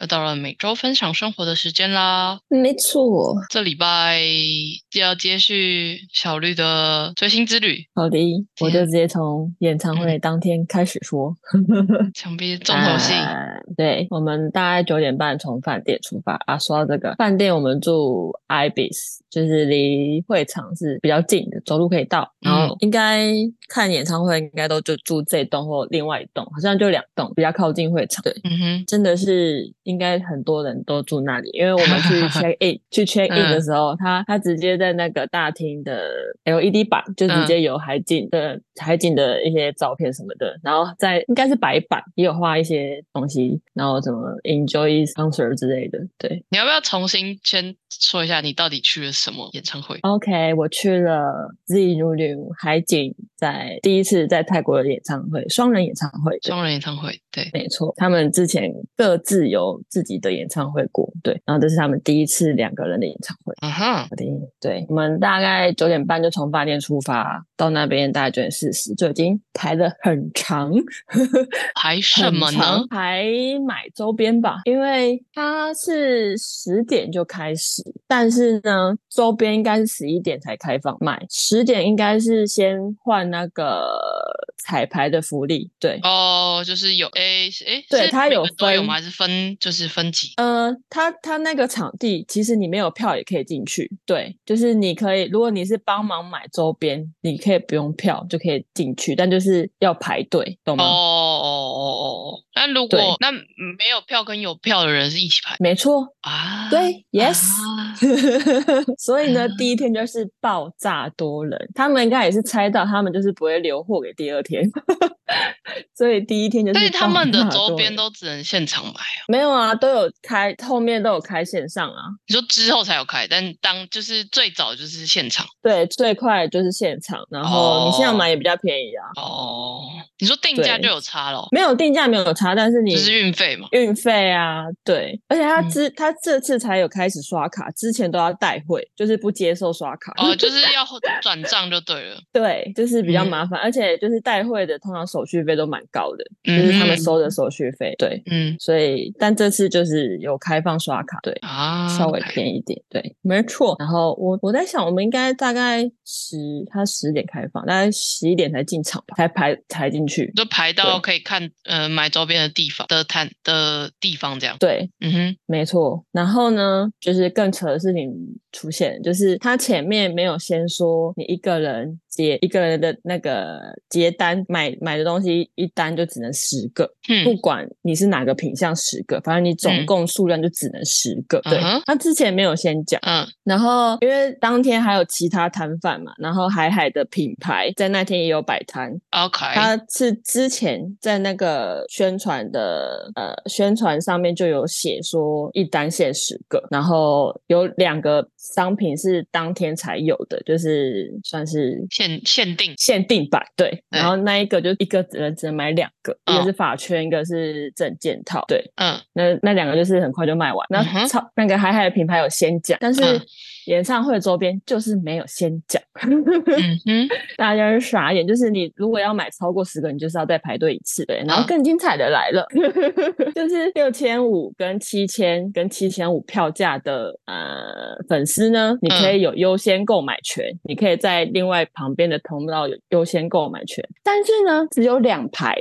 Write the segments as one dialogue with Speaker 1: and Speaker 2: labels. Speaker 1: 又到了每周分享生活的时间啦，
Speaker 2: 嗯没错，
Speaker 1: 这礼拜要接续小绿的追星之旅，
Speaker 2: 好的，我
Speaker 1: 天
Speaker 2: 就直接从演唱会当天开始说。
Speaker 1: 想必重头戏。
Speaker 2: 啊对，我们大概九点半从饭店出发啊。说到这个饭店，我们住 Ibis，就是离会场是比较近的，走路可以到。然
Speaker 1: 嗯
Speaker 2: 后应该看演唱会，应该都就住这栋或另外一栋，好像就两栋比较靠近会场。对，
Speaker 1: 嗯哼，
Speaker 2: 真的是应该很多人都住那里，因为我们去 check in 去 check in 的时候，他他直接在那个大厅的 LED 板就直接有海景的、海景的一些照片什么的，然后在应该是白板也有画一些东西，然后什么 enjoy concert 之类的。对
Speaker 1: 你要不要重新先说一下你到底去了什么演唱会？
Speaker 2: ，OK，我去了 Z 如流海景在第一次在泰国的演唱会，双人演唱会，对
Speaker 1: 双人演唱会，对，
Speaker 2: 没错，他们之前各自有自己的演唱会过，对，然后这是他们第一次两个人的演唱会。
Speaker 1: 嗯哼，
Speaker 2: 好的，对，我们大概九点半就从饭店出发，到那边大概九点四十，就已经排了很长，
Speaker 1: 排什么
Speaker 2: 很长
Speaker 1: 呢？
Speaker 2: 排买周边吧，因为它是十点就开始，但是呢，周边应该是十一点才开放卖，十点应该是先换那个彩排的福利，对，
Speaker 1: 哦，就是有诶诶，
Speaker 2: 对
Speaker 1: 是
Speaker 2: 它
Speaker 1: 每
Speaker 2: 有
Speaker 1: 个都有
Speaker 2: 分
Speaker 1: 吗？还是分就是分级？
Speaker 2: 呃，他他那个场地，其实你没有票也可以进去。对，就是你可以，如果你是帮忙买周边，你可以不用票就可以进去，但就是要排队，懂
Speaker 1: 哦
Speaker 2: 吗？
Speaker 1: 哦哦哦哦，那如
Speaker 2: 对
Speaker 1: 果那没有票跟有票的人是一起排
Speaker 2: 没错，
Speaker 1: 啊？
Speaker 2: 对，yes
Speaker 1: 啊
Speaker 2: 所以呢，
Speaker 1: 嗯
Speaker 2: 第一天就是爆炸多人，他们应该也是猜到，他们就是不会留货给第二天， 所以第一天啊就
Speaker 1: 但
Speaker 2: 是
Speaker 1: 是他们的
Speaker 2: 爆炸
Speaker 1: 周
Speaker 2: 多
Speaker 1: 边
Speaker 2: 人
Speaker 1: 都只能现场买啊，
Speaker 2: 没有啊，都有开，后面都有开线上啊，
Speaker 1: 你说之后才有开，但当就是最早就是现场
Speaker 2: 对，最快就是现场，然后你现
Speaker 1: 哦
Speaker 2: 场买也比较便宜啊。
Speaker 1: 哦。你说定价就
Speaker 2: 对
Speaker 1: 有差咯，
Speaker 2: 没有定价没有差，但是你
Speaker 1: 就是运费嘛。
Speaker 2: 运费啊，对，而且他
Speaker 1: 嗯
Speaker 2: 之、他这次才有开始刷卡，之前都要代汇，就是不接受刷卡。
Speaker 1: 哦，就是要转账就对了。
Speaker 2: 对，就是比较
Speaker 1: 嗯
Speaker 2: 麻烦，而且就是代汇的通常手续费都蛮高的，就
Speaker 1: 嗯
Speaker 2: 是他们
Speaker 1: 哼
Speaker 2: 收的手续费。对，
Speaker 1: 嗯
Speaker 2: 所以但这次就是有开放刷卡，对。
Speaker 1: 啊，
Speaker 2: 稍微
Speaker 1: OK
Speaker 2: 便宜一点，对，没错。然后我我在想，我们应该大概十，它十点开放，大概十一点才进场吧，才排才进去。
Speaker 1: 就排到
Speaker 2: 对
Speaker 1: 可以看呃买周边的地方的摊的地方这样。
Speaker 2: 对，
Speaker 1: 嗯哼，
Speaker 2: 没错，然后呢，就是更扯的事情出现，就是他前面没有先说你一个人结一个人的那个结单买买的东西一单就只能十个，不
Speaker 1: 嗯
Speaker 2: 管你是哪个品项十个，反正你总
Speaker 1: 嗯
Speaker 2: 共数量就只能十个。对
Speaker 1: 嗯哼，
Speaker 2: 他之前没有先讲，
Speaker 1: 嗯
Speaker 2: 然后因为当天还有其他摊贩嘛，然后海海的品牌在那天也有摆摊，
Speaker 1: ，OK，
Speaker 2: 他是之前在那个宣传的呃宣传上面就有写说一单限十个，然后有两个商品是当天才有的，就是算是
Speaker 1: 限限定
Speaker 2: 限定版对。
Speaker 1: 对
Speaker 2: 然后那一个就一个人只能买两个，一
Speaker 1: 哦
Speaker 2: 个是法圈，一个是证件套，对。
Speaker 1: 嗯
Speaker 2: 那那两个就是很快就卖完。那
Speaker 1: 嗯哼
Speaker 2: 超、那个海海的品牌有先讲，但是
Speaker 1: 嗯
Speaker 2: 演唱会周边就是没有先讲。
Speaker 1: 嗯哼，
Speaker 2: 大家就傻眼，就是你如果要买超过十个，你就是要再排队一次，对。然
Speaker 1: 嗯
Speaker 2: 后更精彩 的来了，就是六千五跟七千跟七千五票价的呃粉丝呢，你
Speaker 1: 嗯
Speaker 2: 可以有优先购买权，你可以在另外旁边的通道有优先购买权，但是呢，只有两排，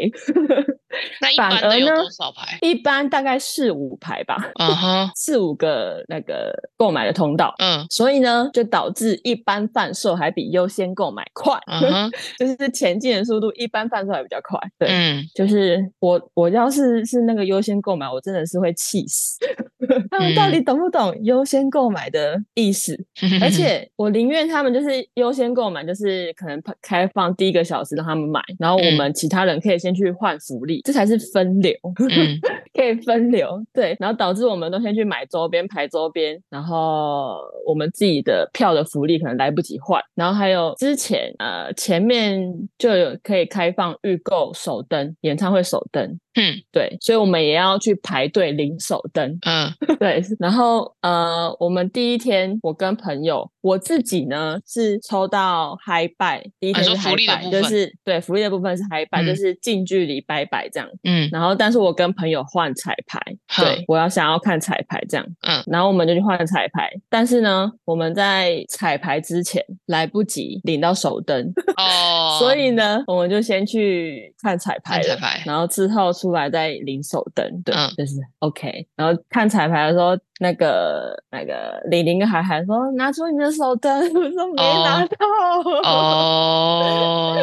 Speaker 1: 那一
Speaker 2: 反
Speaker 1: 般的
Speaker 2: 而
Speaker 1: 有
Speaker 2: 呢
Speaker 1: 多少排？
Speaker 2: 一般大概四五排吧，
Speaker 1: 嗯哼，
Speaker 2: 四五个那个购买的通道。
Speaker 1: 嗯
Speaker 2: 所以呢，就导致一般贩售还比优先购买快。
Speaker 1: 嗯哼，
Speaker 2: 就是前进的速度一般贩售还比较快。对，
Speaker 1: 嗯
Speaker 2: 就是我我要是是那个优先购买，我真的是会气死。 他们
Speaker 1: 嗯
Speaker 2: 到底懂不懂优先购买的意思？而且我宁愿他们就是优先购买，就是可能开放第一个小时让他们买，然后我
Speaker 1: 嗯
Speaker 2: 们其他人可以先去换福利，这才是分流。
Speaker 1: 嗯
Speaker 2: 可以分流，对，然后导致我们都先去买周边、排周边，然后我们自己的票的福利可能来不及换，然后还有之前呃前面就有可以开放预购手灯，演唱会手灯，
Speaker 1: 嗯。
Speaker 2: 对，所以我们也要去排队领手灯
Speaker 1: 嗯
Speaker 2: 对，然后呃，我们第一天我跟朋友，我自己呢是抽到嗨拜，第一天
Speaker 1: 啊你
Speaker 2: 是
Speaker 1: 说
Speaker 2: 嗨
Speaker 1: 福利的
Speaker 2: 拜，
Speaker 1: 部
Speaker 2: 就
Speaker 1: 分
Speaker 2: 是对福利的部分是嗨拜，就
Speaker 1: 嗯
Speaker 2: 是近距离拜拜这样。
Speaker 1: 嗯
Speaker 2: 然后，但是我跟朋友换彩排，
Speaker 1: 哼
Speaker 2: 对我要想要看彩排这样，
Speaker 1: 嗯，
Speaker 2: 然后我们就去换彩排，但是呢，我们在彩排之前来不及领到手灯，
Speaker 1: 哦，
Speaker 2: 所以呢，我们就先去看彩排
Speaker 1: 看彩
Speaker 2: 了
Speaker 1: 排
Speaker 2: 然后之后出来再领手灯，对，
Speaker 1: 嗯
Speaker 2: 就是 OK。然后看彩排的时候，那个那个李玲跟海海说：“拿出你的手灯。” 我说：“没
Speaker 1: 哦
Speaker 2: 拿到。
Speaker 1: 哦，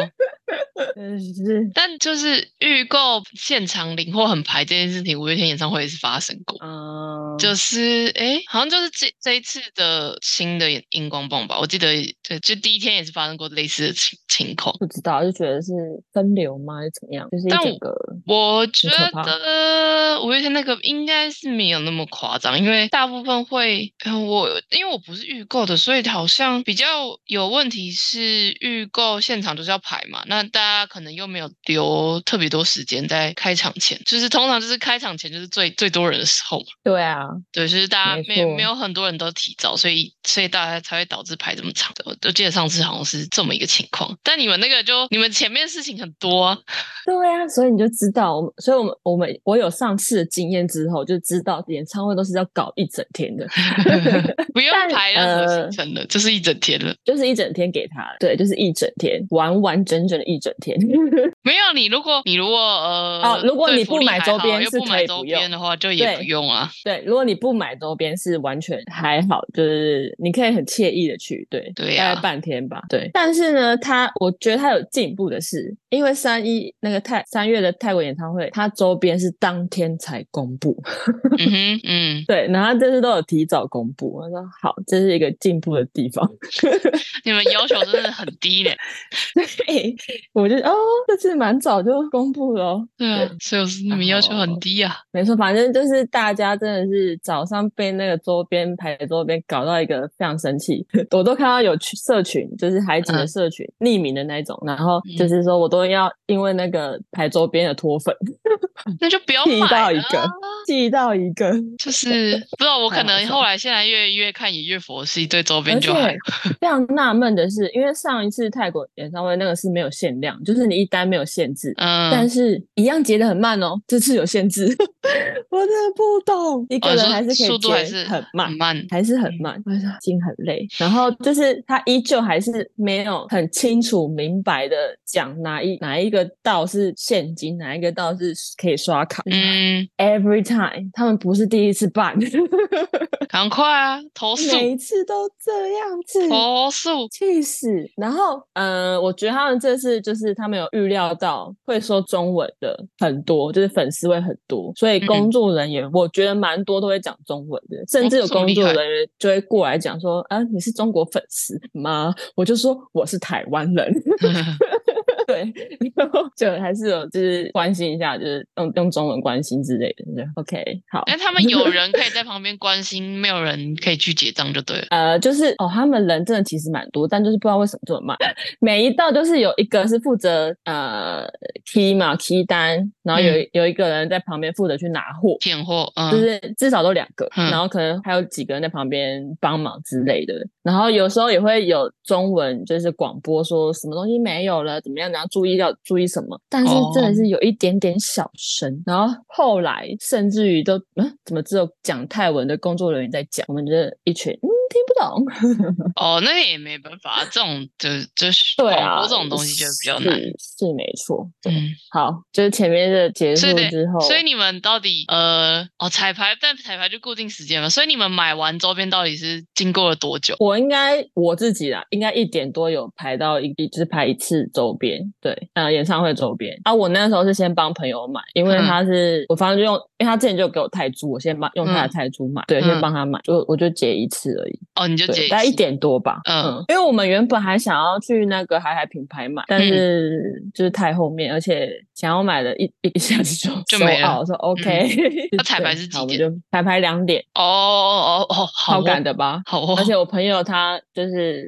Speaker 2: 真是
Speaker 1: 但就是预购现场领货很排这件事情，五月天演唱会也是发生过。
Speaker 2: 嗯，
Speaker 1: 就是诶，好像就是这这一次的新的荧光棒吧，我记得对，就第一天也是发生过类似的情情况。
Speaker 2: 不知道，就觉得是分流吗？还是怎么样？就是一
Speaker 1: 但
Speaker 2: 整
Speaker 1: 我
Speaker 2: 个
Speaker 1: 我觉
Speaker 2: 可怕
Speaker 1: 得五月天那个应该是没有那么夸张，因为大部分会，呃我因为我不是预购的，所以好像比较有问题是预购现场就是要排嘛，那大家可能又没有留特别多时间在开场前，就是通常就是开场前就是最最多人的时候嘛，
Speaker 2: 对啊，
Speaker 1: 对，就是大家
Speaker 2: 没
Speaker 1: 没
Speaker 2: 错
Speaker 1: 没有很多人都提早，所以所以大家才会导致排这么长的。我我记得上次好像是这么一个情况，但你们那个就你们前面事情很多啊、
Speaker 2: 对啊，所以你就知道，我们，所以我们我们我有上次的经验之后，就知道演唱会都是要搞一整 天的，
Speaker 1: 不用
Speaker 2: 但
Speaker 1: 排任何
Speaker 2: 呃
Speaker 1: 行程了，就是一整天了。
Speaker 2: 就是一整天给他，对，就是一整天，完完整整的一整天。
Speaker 1: 没有你，如果你如果呃，
Speaker 2: 哦如果
Speaker 1: 对
Speaker 2: 你
Speaker 1: 福
Speaker 2: 不
Speaker 1: 利
Speaker 2: 买
Speaker 1: 还
Speaker 2: 周
Speaker 1: 好
Speaker 2: 边
Speaker 1: 又
Speaker 2: 是
Speaker 1: 不
Speaker 2: 可
Speaker 1: 买
Speaker 2: 以
Speaker 1: 周
Speaker 2: 不用
Speaker 1: 边的话，就也不
Speaker 2: 对
Speaker 1: 用啊。
Speaker 2: 对，如果你不买周边是完全还好，就是你可以很惬意的去，对，
Speaker 1: 对
Speaker 2: 大
Speaker 1: 啊
Speaker 2: 概半天吧，对。但是呢，他我觉得他有进步的是，因为三一那个泰三月的泰国演唱会，他周边是当天才公布，
Speaker 1: 嗯哼，嗯，
Speaker 2: 对，然后他这次都有提早公布，我说好，这是一个进步的地方。
Speaker 1: 你们要求真的很低嘞。嗯
Speaker 2: 对，我就哦，这次蛮早就公布了哦。
Speaker 1: 对啊
Speaker 2: 对，哦
Speaker 1: 所以我说你们要求很低啊。
Speaker 2: 没错，反正就是大家真的是早上被那个周边排周边搞到一个非常生气，我都看到有群社群，就是海景的
Speaker 1: 嗯
Speaker 2: 社群，匿名的那一种，然后
Speaker 1: 嗯
Speaker 2: 就是说我都要因为那个排周边的脱粉，
Speaker 1: 那就不 要
Speaker 2: 气
Speaker 1: 买
Speaker 2: 到一
Speaker 1: 了啊。
Speaker 2: 个，气到一个，
Speaker 1: 就是不知道，我
Speaker 2: 太
Speaker 1: 可
Speaker 2: 好
Speaker 1: 能
Speaker 2: 笑
Speaker 1: 后来现在越越看也越佛系，对周边
Speaker 2: 而
Speaker 1: 就
Speaker 2: 且
Speaker 1: 还
Speaker 2: 非常纳闷的是，因为上一次泰国演唱会那个是没有限量，就是你一单没有限制，但
Speaker 1: 嗯，
Speaker 2: 是一样截的很慢哦，这次有限制， 我真的不懂，一
Speaker 1: 哦
Speaker 2: 个
Speaker 1: 你
Speaker 2: 人
Speaker 1: 说
Speaker 2: 还是可以
Speaker 1: 速度还
Speaker 2: 截
Speaker 1: 是嗯
Speaker 2: 很慢
Speaker 1: 很。慢。
Speaker 2: 还是很慢，我想心很累。然后就是他依旧还是没有很清楚明白的讲哪一哪一个道是现金，哪一个道是可以刷卡。
Speaker 1: 嗯，
Speaker 2: Every time，他们不是第一次办，
Speaker 1: 赶快啊，投
Speaker 2: 每
Speaker 1: 诉，
Speaker 2: 一次都这样子。
Speaker 1: 投诉。
Speaker 2: 气死！然后，嗯，我觉得他们这次就是他们有预料到会说中文的很多，就是粉丝会很多，所
Speaker 1: 嗯
Speaker 2: 以工作人员我觉得蛮多都会讲中文的，甚至有
Speaker 1: 哎这么
Speaker 2: 工
Speaker 1: 厉
Speaker 2: 作
Speaker 1: 害
Speaker 2: 人员就会过来讲说：“啊，你是中国粉丝吗？”我就说我是台湾人， 对，然后就还是有就是关心一下，就是用用中文关心之类的。对 OK，好，
Speaker 1: 哎，他们有人可以在旁边关心，没有人可以去结账就对了。
Speaker 2: 呃，就是哦，他们人真的其实蛮多，但就是不知道为什么这么慢。每一道就是有一个是负责呃 key 嘛 key 单，然后有、有一个人在旁边负责去拿货，
Speaker 1: 现货，嗯，
Speaker 2: 就是至少都两个，
Speaker 1: 嗯
Speaker 2: 然后可能还有几个人在旁边帮忙之类的。然后有时候也会有中文就是广播说什么东西没有了，怎么样，然后注意要注意什么，但是真的
Speaker 1: 哦
Speaker 2: 是有一点点小声。然后后来甚至于都嗯，怎么只有讲泰文的工作人员在讲，我们这一群嗯听不懂。
Speaker 1: 哦，那也没办法，这种就 就是
Speaker 2: 对
Speaker 1: 广
Speaker 2: 啊，
Speaker 1: 播这种东西就是比较难。
Speaker 2: 是，是没错。对，
Speaker 1: 嗯，
Speaker 2: 好，就是前面的结束
Speaker 1: 所以得
Speaker 2: 之后，
Speaker 1: 所以你们到底呃，哦，彩排，但彩排就固定时间嘛，所以你们买完周边到底是经过了多久？
Speaker 2: 我应该我自己啦，应该一点多有排到一，就是排一次周边，对，呃，演唱会周边啊。我那时候是先帮朋友买，因为
Speaker 1: 嗯
Speaker 2: 他是、我反正就用，因为他之前就有给我泰铢，我先帮用他的
Speaker 1: 嗯
Speaker 2: 泰铢买，对，先
Speaker 1: 嗯
Speaker 2: 帮他买，就我就结一次而已，
Speaker 1: 哦，你就
Speaker 2: 对，
Speaker 1: 解
Speaker 2: 大概一点多吧，
Speaker 1: 嗯
Speaker 2: 嗯，因为我们原本还想要去那个海海品牌买，
Speaker 1: 嗯
Speaker 2: 但是就是太后面，而且想要买的一一下子就
Speaker 1: 就没了嗯
Speaker 2: 我说 OK，
Speaker 1: 那彩排
Speaker 2: 对
Speaker 1: 是
Speaker 2: 好
Speaker 1: 几
Speaker 2: 我们就彩排两点，
Speaker 1: 哦哦哦哦，好
Speaker 2: 超
Speaker 1: 哦
Speaker 2: 赶的吧？
Speaker 1: 好哦，
Speaker 2: 而且我朋友他就是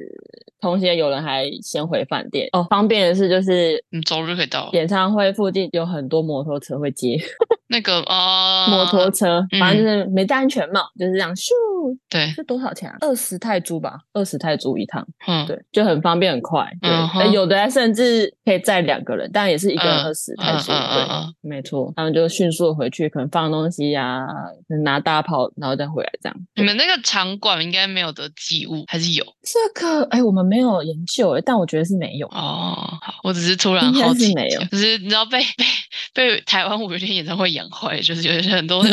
Speaker 2: 同时有人还先回饭店哦。方便的是，就是
Speaker 1: 你嗯周日可以到
Speaker 2: 演唱会附近有很多摩托车会接
Speaker 1: 那个呃，
Speaker 2: 摩托车，
Speaker 1: 嗯
Speaker 2: 反正就是没戴安全帽，就是这样咻。
Speaker 1: 对，
Speaker 2: 这多少钱啊？二十泰铢吧，二十泰铢一趟，
Speaker 1: 嗯，
Speaker 2: 对，就很方便很快。对，
Speaker 1: 嗯哼
Speaker 2: 呃有的还甚至可以载两个人，但也是一个人
Speaker 1: 嗯
Speaker 2: 二十泰
Speaker 1: 嗯嗯
Speaker 2: 铢。对
Speaker 1: 嗯，嗯，
Speaker 2: 没错，他们就迅速地回去，可能放东西呀、可能拿大炮，然后再回来这样。
Speaker 1: 你们那个场馆应该没有得寄物，还是有
Speaker 2: 这个哎，我们没有研究哎，但我觉得是没 有。
Speaker 1: 哦？好，我只是突然
Speaker 2: 应该
Speaker 1: 好
Speaker 2: 是
Speaker 1: 奇一下，
Speaker 2: 没有
Speaker 1: 就是你知道被 被被台湾五月天演唱会养坏，就是有些很 多人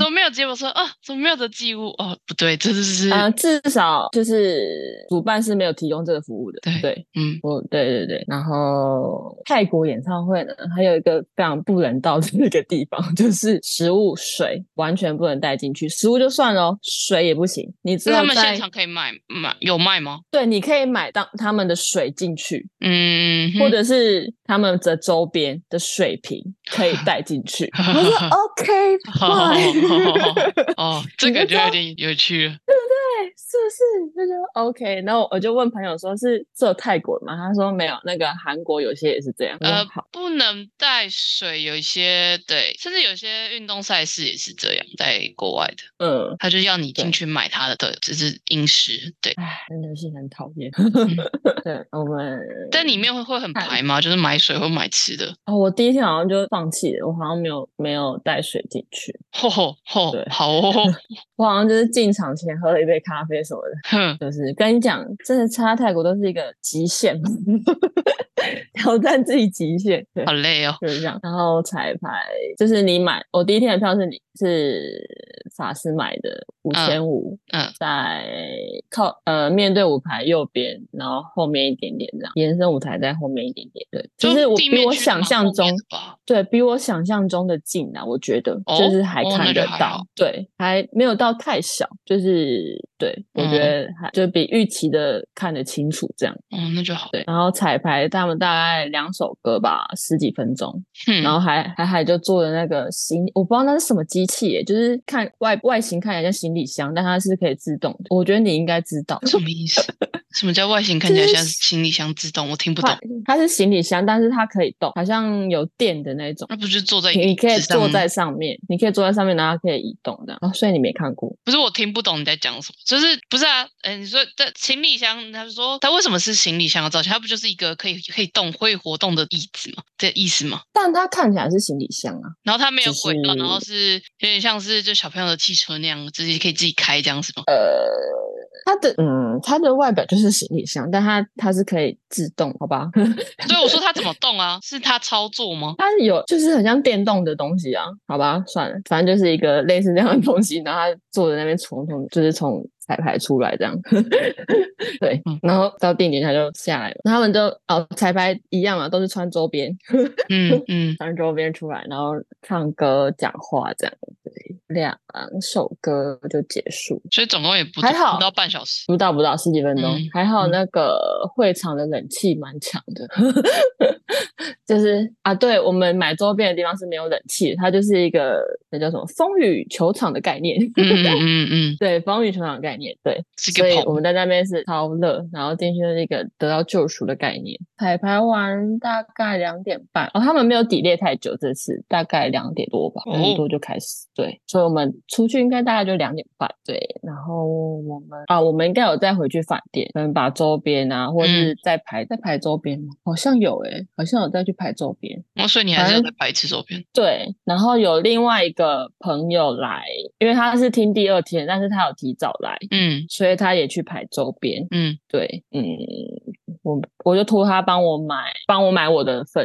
Speaker 1: 都没有结果说啊，怎么没有得寄物？哦，不对，这就是
Speaker 2: 啊、至少就是主办是没有提供这个服务的。
Speaker 1: 对
Speaker 2: 对，
Speaker 1: 嗯，
Speaker 2: 我对对对。然后泰国演唱会呢，还有一个非常不人道的一个地方， 就是食物、水完全不能带进去，食物就算了，水也不行。你只
Speaker 1: 那
Speaker 2: 有
Speaker 1: 他们
Speaker 2: 在
Speaker 1: 现场可以卖卖有卖吗？
Speaker 2: 对，你可以买到他们的水进去，
Speaker 1: 嗯哼，
Speaker 2: 或者是他们的周边的水瓶可以带 进去。我说 OK，fine
Speaker 1: 哦，这
Speaker 2: 你
Speaker 1: 个
Speaker 2: 就
Speaker 1: 就
Speaker 2: 知
Speaker 1: 有
Speaker 2: 道
Speaker 1: 点有趣了。
Speaker 2: 对，是不是？那就 OK。然后我就问朋友说是只有泰国吗？他说没有，那个韩国有些也是这样。我说
Speaker 1: 呃
Speaker 2: 好，，
Speaker 1: 不能带水，有一些对，甚至有些运动赛事也是这样，在国外的，
Speaker 2: 嗯，
Speaker 1: 他就要你进
Speaker 2: 对
Speaker 1: 去买他的，对，就是饮食，对。
Speaker 2: 唉，真的是很讨厌。 对，我们
Speaker 1: 但里面会会很
Speaker 2: 看
Speaker 1: 排吗？就是买水或买吃的，
Speaker 2: 哦，我第一天好像就放弃了，我好像没有没有带水进去，
Speaker 1: 吼吼吼，
Speaker 2: 对
Speaker 1: 好哦，
Speaker 2: 我好像就是进场前喝了一杯咖啡什么的。
Speaker 1: 哼，
Speaker 2: 就是跟你讲，真的差泰国都是一个极限， 挑战自己极限。对
Speaker 1: 好累哦，
Speaker 2: 就是这样。然后彩排就是你买，我第一天的票是你是法师买的五千五，
Speaker 1: 嗯
Speaker 2: 在靠呃面对舞台右边，然后后面一点点这样，延伸舞台在后面一点点，对，就是我
Speaker 1: 地
Speaker 2: 比
Speaker 1: 面
Speaker 2: 我
Speaker 1: 区是蛮
Speaker 2: 想象
Speaker 1: 后
Speaker 2: 中
Speaker 1: 面的吧，
Speaker 2: 对比我想象中的近啊，我觉得、
Speaker 1: 哦
Speaker 2: 就是还
Speaker 1: 哦那
Speaker 2: 看
Speaker 1: 就
Speaker 2: 得
Speaker 1: 还
Speaker 2: 到，
Speaker 1: 好
Speaker 2: 对，还没有到太小，就是对我觉
Speaker 1: 嗯
Speaker 2: 得还、就比预期的看得清楚这样，
Speaker 1: 哦，那就好，
Speaker 2: 对。然后彩排他们大概两首歌吧，十几分钟，然
Speaker 1: 哼，
Speaker 2: 后还还还就做了那个行，我不知道那是什么机器耶，就是看外外形看起来像行李箱，但它是可以自动的。我觉得你应该知道，
Speaker 1: 什么意思？什么叫外形看起来
Speaker 2: 就是
Speaker 1: 像行李箱自动？我听不懂
Speaker 2: 它，它是行李箱，但是它可以动，好像有电的那种。
Speaker 1: 那不就坐在
Speaker 2: 你
Speaker 1: 椅
Speaker 2: 你可以
Speaker 1: 子上
Speaker 2: 坐
Speaker 1: 吗
Speaker 2: 在上面，你可以坐在上面，然后它可以移动的。哦，所以你没看过
Speaker 1: 不是我听不懂你在讲什么，就是不是啊？嗯，你说这行李箱，他说他为什么是行李箱的造型？它不就是一个可以可以动、会活动的椅子吗？这意思吗？
Speaker 2: 但它看起来是行李箱啊。
Speaker 1: 然后它没有
Speaker 2: 就
Speaker 1: 轨道，
Speaker 2: 是
Speaker 1: 然后是有点像是就小朋友的汽车那样，自己可以自己开这样子吗？
Speaker 2: 呃，它的嗯，它的外表就是行李箱，但它它是可以自动，好吧？
Speaker 1: 所以我说它怎么动 啊？是它操作吗？
Speaker 2: 它有就是很像电动的东西啊，好吧，算了，反正就是一个类似这样的东西，然后他坐在那边从从就是从彩排出来这样， 对
Speaker 1: 嗯，
Speaker 2: 然后到定点他就下来了，他们就哦彩排一样啊，都是穿周边，
Speaker 1: 嗯嗯，
Speaker 2: 穿周边出来，然后唱歌讲话这样，对，两首歌就结束，
Speaker 1: 所以总共也不
Speaker 2: 还
Speaker 1: 不
Speaker 2: 好
Speaker 1: 到半小时。
Speaker 2: 不到不到十几分钟，
Speaker 1: 嗯
Speaker 2: 还好
Speaker 1: 嗯
Speaker 2: 那个会场的冷气蛮强的， 就是啊，对我们买周边的地方是没有冷气的，它就是一个那叫什么风雨球场的概念，
Speaker 1: 嗯嗯嗯嗯，
Speaker 2: 对，风雨球场的概念，对，
Speaker 1: 是一
Speaker 2: 所
Speaker 1: 个
Speaker 2: 以我
Speaker 1: 棚。
Speaker 2: 们在那边是超热，然后进去是一个得到救赎的概念。彩排完大概两点半，哦，他们没有抵赖太久，这次大概两点多吧，两
Speaker 1: 哦
Speaker 2: 点多就开始。对，所以我们出去应该大概就两点半。对，然后我们啊，我们应该有再回去饭店，可能把周边啊，
Speaker 1: 嗯
Speaker 2: 或是再排、再排周边吗？好像有诶、好像有再去排周边。
Speaker 1: 哦，所以你还是要
Speaker 2: 反
Speaker 1: 再
Speaker 2: 正
Speaker 1: 拍一次周边。
Speaker 2: 对，然后有另外一个朋友来，因为他是听第二天，但是他有提早来，
Speaker 1: 嗯
Speaker 2: 所以他也去排周边。
Speaker 1: 嗯，
Speaker 2: 对，嗯，我我就托他帮我买，帮我买我的份。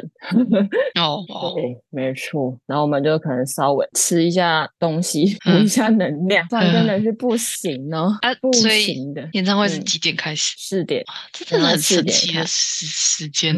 Speaker 1: 哦哦，
Speaker 2: 对，没错。然后我们就可能稍微吃一下东西，补一下能量，不然真的是不行哦，
Speaker 1: 嗯啊
Speaker 2: 不
Speaker 1: 所以哦
Speaker 2: 行的。
Speaker 1: 演唱会是
Speaker 2: 嗯
Speaker 1: 几点开始？
Speaker 2: 四点，
Speaker 1: 哇这真的
Speaker 2: 然后
Speaker 1: 很
Speaker 2: 四
Speaker 1: 神
Speaker 2: 点
Speaker 1: 奇的
Speaker 2: 开嗯
Speaker 1: 时时间，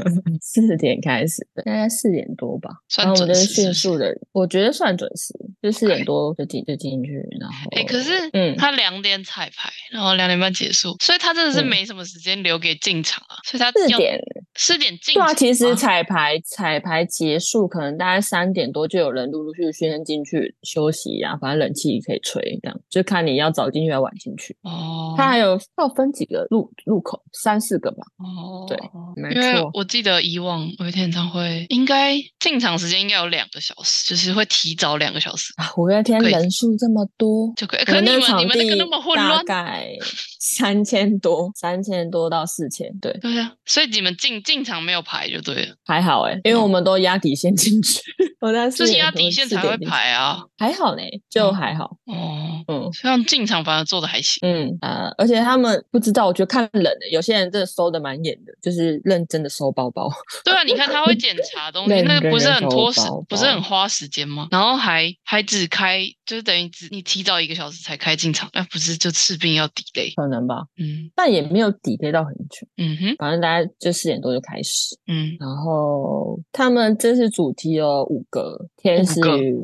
Speaker 2: 四点开始的，大概四点多吧。然
Speaker 1: 算
Speaker 2: 后我
Speaker 1: 准
Speaker 2: 们就是
Speaker 1: 时是
Speaker 2: 迅
Speaker 1: 不是
Speaker 2: 速的，我觉得算准时，就四
Speaker 1: OK
Speaker 2: 点多就进就进去，然后
Speaker 1: 哎、可是，
Speaker 2: 嗯
Speaker 1: 他两点彩排，然后两点半结束，所以他真的是
Speaker 2: 嗯
Speaker 1: 没什么时间留给进场啊，所以他
Speaker 2: 四
Speaker 1: 要
Speaker 2: 点
Speaker 1: 是点进
Speaker 2: 对啊，其实
Speaker 1: 才
Speaker 2: 彩排彩排结束，可能大概三点多就有人陆陆续续先进去休息啊，反正冷气可以吹，这样就看你要早进去还是晚进去。
Speaker 1: 哦，
Speaker 2: 它还有要分几个路路口，三四个吧，
Speaker 1: 哦
Speaker 2: 对没
Speaker 1: 因为，我记得以往有一天演唱会，应该进场时间应该有两个小时，就是会提早两个小时
Speaker 2: 啊，五月天
Speaker 1: 可以
Speaker 2: 人数这么多，
Speaker 1: 就可以。
Speaker 2: 我
Speaker 1: 可是你
Speaker 2: 那
Speaker 1: 们
Speaker 2: 场
Speaker 1: 你们那个
Speaker 2: 地
Speaker 1: 那么混
Speaker 2: 大
Speaker 1: 乱，
Speaker 2: 概三千多，三千多到四千，对，
Speaker 1: 对啊，所以你们进进场没有排就对了，
Speaker 2: 还好哎、因为我们都压底线进去， 我那
Speaker 1: 哦就
Speaker 2: 四
Speaker 1: 是
Speaker 2: 点
Speaker 1: 压
Speaker 2: 多
Speaker 1: 底线
Speaker 2: 四
Speaker 1: 才
Speaker 2: 点
Speaker 1: 会
Speaker 2: 进去
Speaker 1: 排嗯啊。
Speaker 2: 还好呢，就还好，
Speaker 1: 哦，
Speaker 2: 嗯。
Speaker 1: 像进场反而做的还行。
Speaker 2: 嗯啊、而且他们不知道，我觉得看人的，有些人真的收的蛮严的，就是认真的收包包。
Speaker 1: 对啊，你看他会检查东西，
Speaker 2: 认
Speaker 1: 那个不
Speaker 2: 真
Speaker 1: 是
Speaker 2: 地
Speaker 1: 很
Speaker 2: 收
Speaker 1: 拖时
Speaker 2: 包，
Speaker 1: 不是
Speaker 2: 包
Speaker 1: 很花时间吗？然后还还只开，就是等于只你提早一个小时才开进场，那、不是就士兵要 delay？
Speaker 2: 可能吧，
Speaker 1: 嗯
Speaker 2: 但也没有抵贴到很久，
Speaker 1: 嗯哼
Speaker 2: 反正大概就四点多就开始。
Speaker 1: 嗯，
Speaker 2: 然后他们这次主题有五个天使
Speaker 1: 五个
Speaker 2: 与，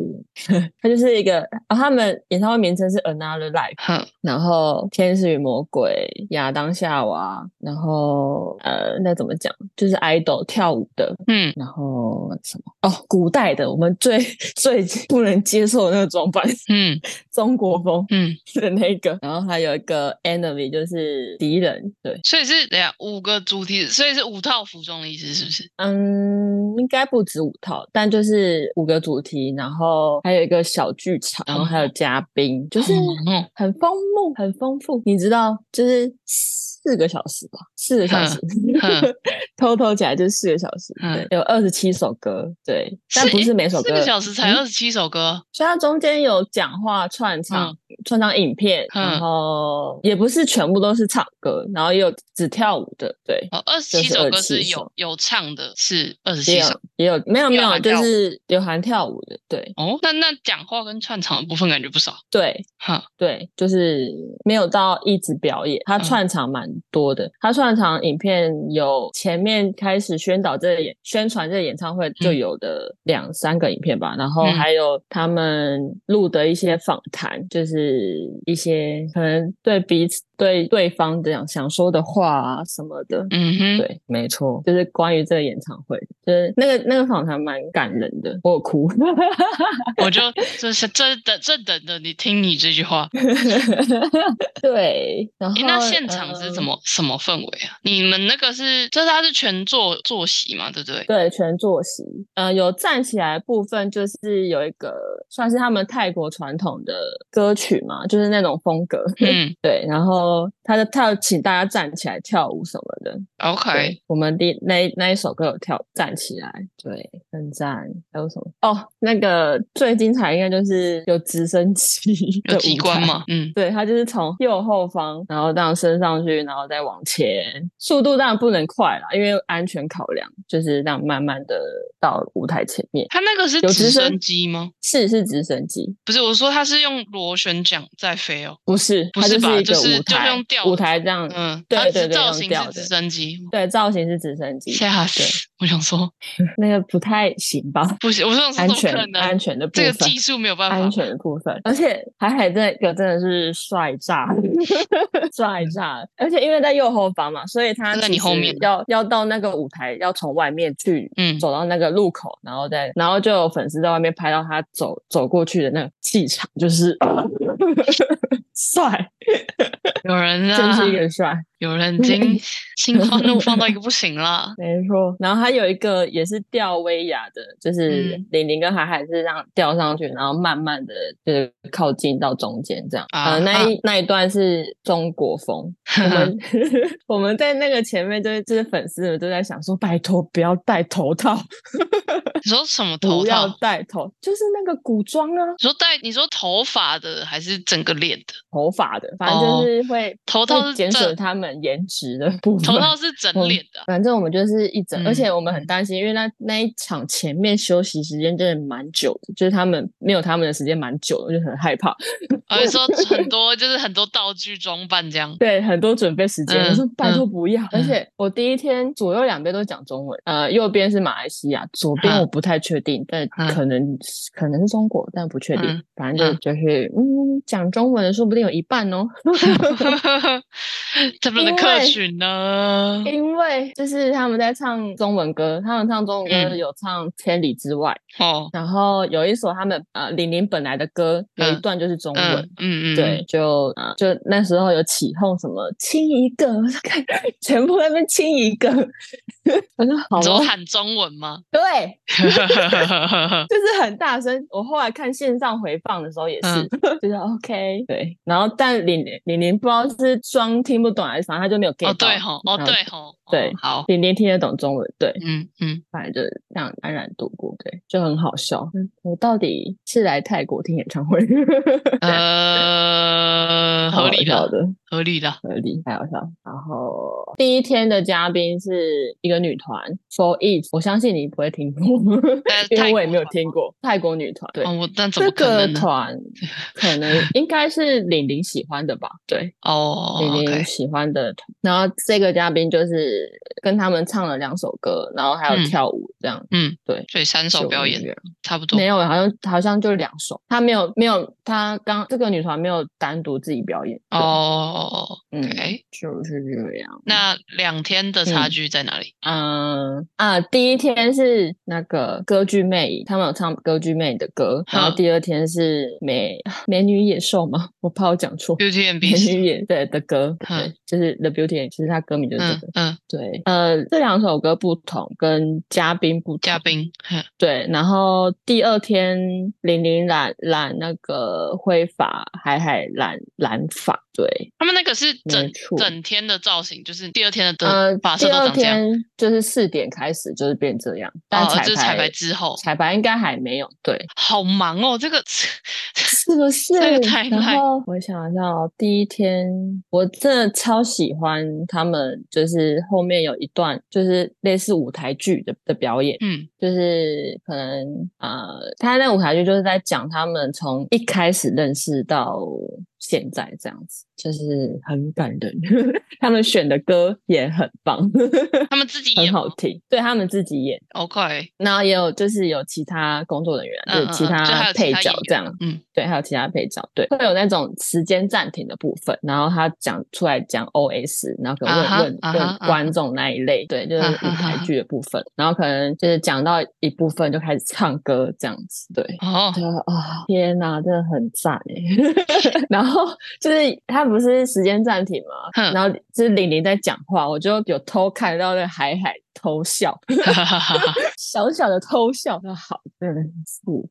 Speaker 2: 它就是一个啊，他们演唱会名称是 Another Life，
Speaker 1: 哼
Speaker 2: 然后天使与魔鬼、亚当夏娃，然后呃，那怎么讲？就是 idol 跳舞的，
Speaker 1: 嗯，
Speaker 2: 然后什么哦，古代的我们最最不能接受的那个装扮，
Speaker 1: 嗯
Speaker 2: 中国风
Speaker 1: 嗯，
Speaker 2: 的那个。然后还有一个 enemy，就是敌人。对，
Speaker 1: 所以是等一下五个主题，所以是五套服装的意思，是不是？
Speaker 2: 嗯，应该不止五套，但就是五个主题，然后还有一个小剧场，然后还有嘉宾，就是
Speaker 1: 好忙哦，
Speaker 2: 很丰富，很丰富。你知道，就是四个小时吧，四个小时
Speaker 1: 哼，
Speaker 2: 偷偷起来就是四个小时。
Speaker 1: 嗯
Speaker 2: 对，有二十七首歌，对，但
Speaker 1: 是
Speaker 2: 不是
Speaker 1: 诶
Speaker 2: 每首
Speaker 1: 四
Speaker 2: 歌
Speaker 1: 个小时才
Speaker 2: 嗯
Speaker 1: 二十七首歌，
Speaker 2: 所以它中间有讲话串唱、串唱影片，
Speaker 1: 嗯
Speaker 2: 然后也不是全部都是唱歌，然后也有只跳舞的，对，
Speaker 1: 哦，二十
Speaker 2: 这
Speaker 1: 七
Speaker 2: 是
Speaker 1: 首歌
Speaker 2: 27
Speaker 1: 是有
Speaker 2: 首
Speaker 1: 有唱的，是二十
Speaker 2: 也
Speaker 1: 七
Speaker 2: 有
Speaker 1: 首。
Speaker 2: 也有没有没
Speaker 1: 也有
Speaker 2: 有，
Speaker 1: 含
Speaker 2: 就
Speaker 1: 跳舞
Speaker 2: 是有含跳舞的，对
Speaker 1: 哦，那那讲话跟串场的部分感觉不少，
Speaker 2: 对
Speaker 1: 哈，
Speaker 2: 对，就是没有到一直表演，它
Speaker 1: 嗯
Speaker 2: 串场蛮多的，它串场影片有前面开始宣导这个演宣传这个演唱会就
Speaker 1: 嗯
Speaker 2: 有的两三个影片吧，然后
Speaker 1: 嗯
Speaker 2: 还有他们录的一些访谈，就是一些可能对彼此对对方这样想说的话啊什么的，
Speaker 1: 嗯哼，
Speaker 2: 对，没错，就是关于这个演唱会，就是那个那个访谈蛮感人的，我有哭。
Speaker 1: 我就就是正等正等着你听你这句话。
Speaker 2: 对，然后呃
Speaker 1: 诶，那现场是怎
Speaker 2: 么？
Speaker 1: 么、什么氛围啊？你们那个是，这是它是全坐坐席嘛，对不对？
Speaker 2: 对，全坐席，呃，有站起来的部分，就是有一个算是他们泰国传统的歌曲嘛，就是那种风格，
Speaker 1: 嗯
Speaker 2: 对。然后他的他有请大家站起来跳舞什么的，
Speaker 1: ，OK，
Speaker 2: 对，我们第那一那一首歌有跳站起来，对，很赞。还有什么？哦，那个最精彩应该就是有直升机
Speaker 1: 有
Speaker 2: 的
Speaker 1: 机
Speaker 2: 舞
Speaker 1: 关
Speaker 2: 台？
Speaker 1: 嘛，嗯，
Speaker 2: 对，它就是从右后方，然后这样升上去，然后再往前，速度当然不能快啦，因为安全考量，就是这样慢慢的到舞台前面。
Speaker 1: 它那个是
Speaker 2: 有直
Speaker 1: 直升
Speaker 2: 升
Speaker 1: 机吗？
Speaker 2: 是是直升机，
Speaker 1: 不是，我说它是用螺旋桨在飞哦。
Speaker 2: 不是，
Speaker 1: 不
Speaker 2: 它
Speaker 1: 是
Speaker 2: 就
Speaker 1: 吧
Speaker 2: 一
Speaker 1: 就
Speaker 2: 个
Speaker 1: 是
Speaker 2: 舞
Speaker 1: 就是
Speaker 2: 台
Speaker 1: 用吊，
Speaker 2: 舞台这样，
Speaker 1: 嗯，
Speaker 2: 对
Speaker 1: 它只
Speaker 2: 对
Speaker 1: 是
Speaker 2: 对
Speaker 1: 造
Speaker 2: 用
Speaker 1: 型
Speaker 2: 吊
Speaker 1: 是
Speaker 2: 的嗯
Speaker 1: 直升机。
Speaker 2: 对，造型是直升机，
Speaker 1: 吓死！我想说，
Speaker 2: 那个不太行吧？
Speaker 1: 不行，我想说怎
Speaker 2: 安
Speaker 1: 么
Speaker 2: 全
Speaker 1: 可能
Speaker 2: 安？全的部
Speaker 1: 这
Speaker 2: 分，
Speaker 1: 个技术没有办
Speaker 2: 安
Speaker 1: 法。
Speaker 2: 全的部分，而且海海这个真的是 帅炸，帅炸！而且因为在右后方嘛，所以他
Speaker 1: 就在
Speaker 2: 其
Speaker 1: 你后
Speaker 2: 实
Speaker 1: 面
Speaker 2: 要要到那个舞台，要从外面去
Speaker 1: 嗯
Speaker 2: 走到那个路口，然后再然后就有粉丝在外面拍到他走走过去的那个气场，就是 帅，
Speaker 1: 有人
Speaker 2: 真
Speaker 1: 啊，
Speaker 2: 是一个帅。
Speaker 1: 有人
Speaker 2: 嗯
Speaker 1: 已 经心花怒放到一个不行了。
Speaker 2: 没错，然后还有一个也是吊威亚的，就是
Speaker 1: 嗯
Speaker 2: 玲玲跟海海是让吊上去，然后慢慢的就是靠近到中间这样。
Speaker 1: 啊
Speaker 2: 呃，那一那一段是中 国风，我们 我们在那个前面就是就是粉丝们都在想说，拜托不要戴头套，
Speaker 1: 你说什么头
Speaker 2: 不要
Speaker 1: 套？
Speaker 2: 戴头，就是那个古装啊，
Speaker 1: 你说戴？你说头发的还是整个脸的？
Speaker 2: 头发的，反正
Speaker 1: 哦
Speaker 2: 就是会、
Speaker 1: 头套
Speaker 2: 会
Speaker 1: 是
Speaker 2: 减损
Speaker 1: 整，
Speaker 2: 他们颜值的部分。
Speaker 1: 头套是整
Speaker 2: 嗯
Speaker 1: 脸的啊。
Speaker 2: 反正我们就是一整，而
Speaker 1: 嗯
Speaker 2: 且我们很担心，因为那那一场前面休息时间真的蛮久的，就是他们没有他们的时间蛮久的，我就很害怕。
Speaker 1: 而且说很多就是很多道具装扮这样。
Speaker 2: 对，很多准备时间，我说
Speaker 1: 嗯
Speaker 2: 拜托不要。而
Speaker 1: 嗯
Speaker 2: 且我第一天左右两边都讲中文，呃，右边是马来西亚，左边
Speaker 1: 嗯
Speaker 2: 我不太确定，但
Speaker 1: 嗯
Speaker 2: 可能可能是中国，但不确定。
Speaker 1: 嗯
Speaker 2: 反正就就是嗯，讲中文的说不定有一半哦。
Speaker 1: 他们的客群呢？
Speaker 2: 因为就是他们在唱中文歌，他们唱中文歌
Speaker 1: 嗯
Speaker 2: 有唱《千里之外》
Speaker 1: 哦，
Speaker 2: 然后有一首他们呃李宁本来的歌有一
Speaker 1: 嗯
Speaker 2: 段就是中文。
Speaker 1: 嗯嗯嗯，
Speaker 2: 对，，就啊、呃就那时候有起哄什么亲一个， 全部在那边亲一个， 我说好
Speaker 1: 你说
Speaker 2: 哦，
Speaker 1: 喊中文 吗？
Speaker 2: 对，就是很大声。我后来看线上回放的时候也
Speaker 1: 嗯
Speaker 2: 是，就是 OK 对。然后但李玲李玲不知道是装听不懂还是啥，他就没有 get
Speaker 1: 哦
Speaker 2: 到。
Speaker 1: 对吼，哦
Speaker 2: 嗯
Speaker 1: 对吼，哦
Speaker 2: 对
Speaker 1: 好，
Speaker 2: 李玲听得懂中文，对，
Speaker 1: 嗯嗯，
Speaker 2: 反正就是这样安然度过，对，就很好笑。嗯我到底是来泰国听演唱会，
Speaker 1: 呃，合理
Speaker 2: 好
Speaker 1: 的，
Speaker 2: 的，
Speaker 1: 合理的，
Speaker 2: 合理，太好笑了。然后第一天的嘉宾是一个女团 For Eve，我相信你不会听过，
Speaker 1: 但呃
Speaker 2: 因
Speaker 1: 泰
Speaker 2: 为我也
Speaker 1: 国
Speaker 2: 没有
Speaker 1: 团
Speaker 2: 听过泰国女团。对，
Speaker 1: 哦，我那怎
Speaker 2: 这
Speaker 1: 么可
Speaker 2: 个
Speaker 1: 能呢？
Speaker 2: 团可 能应该是玲玲喜欢的吧？对，
Speaker 1: 哦
Speaker 2: 玲玲
Speaker 1: ，OK，
Speaker 2: 喜欢的团。然后这个嘉宾就是跟他们唱了两首歌，然后还有
Speaker 1: 嗯
Speaker 2: 跳舞这样。
Speaker 1: 嗯，
Speaker 2: 对，
Speaker 1: 所以三首
Speaker 2: 秀
Speaker 1: 表
Speaker 2: 音
Speaker 1: 演
Speaker 2: 乐
Speaker 1: 差不多
Speaker 2: 没，有，好像好像就两首，她没有没有，她刚这个女团没有单独自己表演。对，
Speaker 1: 哦
Speaker 2: 嗯，
Speaker 1: ，OK，
Speaker 2: 就是这样。
Speaker 1: 那两天的差距在哪里？
Speaker 2: 嗯啊，第一天是那个歌剧魅影，他们有唱歌剧魅影的歌，然后
Speaker 1: 哼
Speaker 2: 第二天是美 美女野兽吗？我怕我讲错。
Speaker 1: Beauty and
Speaker 2: 美
Speaker 1: Beast，
Speaker 2: 女演对的歌，
Speaker 1: 嗯
Speaker 2: 对，就是 The Beauty，and- 其实他歌名就是这
Speaker 1: 嗯
Speaker 2: 个。
Speaker 1: 嗯，
Speaker 2: 对，呃，这两首歌不同，跟嘉宾不同。
Speaker 1: 嘉宾，哼
Speaker 2: 对，然后第二天玲玲染染那个灰发，海海染染发，对，
Speaker 1: 他们那个是整
Speaker 2: 没错
Speaker 1: 整天的造型，就是第二天的
Speaker 2: 呃
Speaker 1: 灯，发色
Speaker 2: 第
Speaker 1: 都
Speaker 2: 二
Speaker 1: 长这样，
Speaker 2: 天就是四点开始就是变这样，但
Speaker 1: 哦，
Speaker 2: 彩
Speaker 1: 就是彩排
Speaker 2: 排
Speaker 1: 之后，
Speaker 2: 彩排应该还没有，对，
Speaker 1: 好忙哦，这个
Speaker 2: 是不是？
Speaker 1: 这个太
Speaker 2: 然
Speaker 1: 赖
Speaker 2: 后我想一下哦，第一天我真的超喜欢他们，就是后面有一段就是类似舞台剧的的表演，
Speaker 1: 嗯
Speaker 2: 就是可能呃，他那舞台剧就是在讲他们从一开始认识到现在这样子，就是很感人。 他们选的歌也很棒，
Speaker 1: 他们自己
Speaker 2: 很
Speaker 1: 演
Speaker 2: 好听，对他们自己演。
Speaker 1: ，OK，
Speaker 2: 然后也有就是有其他工作人员，
Speaker 1: 嗯
Speaker 2: 就是其
Speaker 1: 嗯嗯就还
Speaker 2: 他
Speaker 1: 有其
Speaker 2: 配
Speaker 1: 他
Speaker 2: 角
Speaker 1: 演员
Speaker 2: 这样，
Speaker 1: 嗯，
Speaker 2: 对，还有其他配角，对，会有那种时间暂停的部分，然后他讲出来讲 OS，然后可能
Speaker 1: 啊哈
Speaker 2: 问
Speaker 1: 啊哈
Speaker 2: 问问
Speaker 1: 啊哈
Speaker 2: 观众那一类，对，就是
Speaker 1: 啊哈
Speaker 2: 舞台
Speaker 1: 啊哈
Speaker 2: 剧的部分，然后可能就是讲到一部分就开始唱歌这样子，对。
Speaker 1: 哦
Speaker 2: 就，啊、天哪，真的很赞哎！ 然后就是他不是时间暂停嘛，
Speaker 1: 哼
Speaker 2: 然后就是玲玲在讲话，我就有偷看到那海海偷笑，
Speaker 1: 哈哈哈哈
Speaker 2: 小小的偷笑，那好，真的是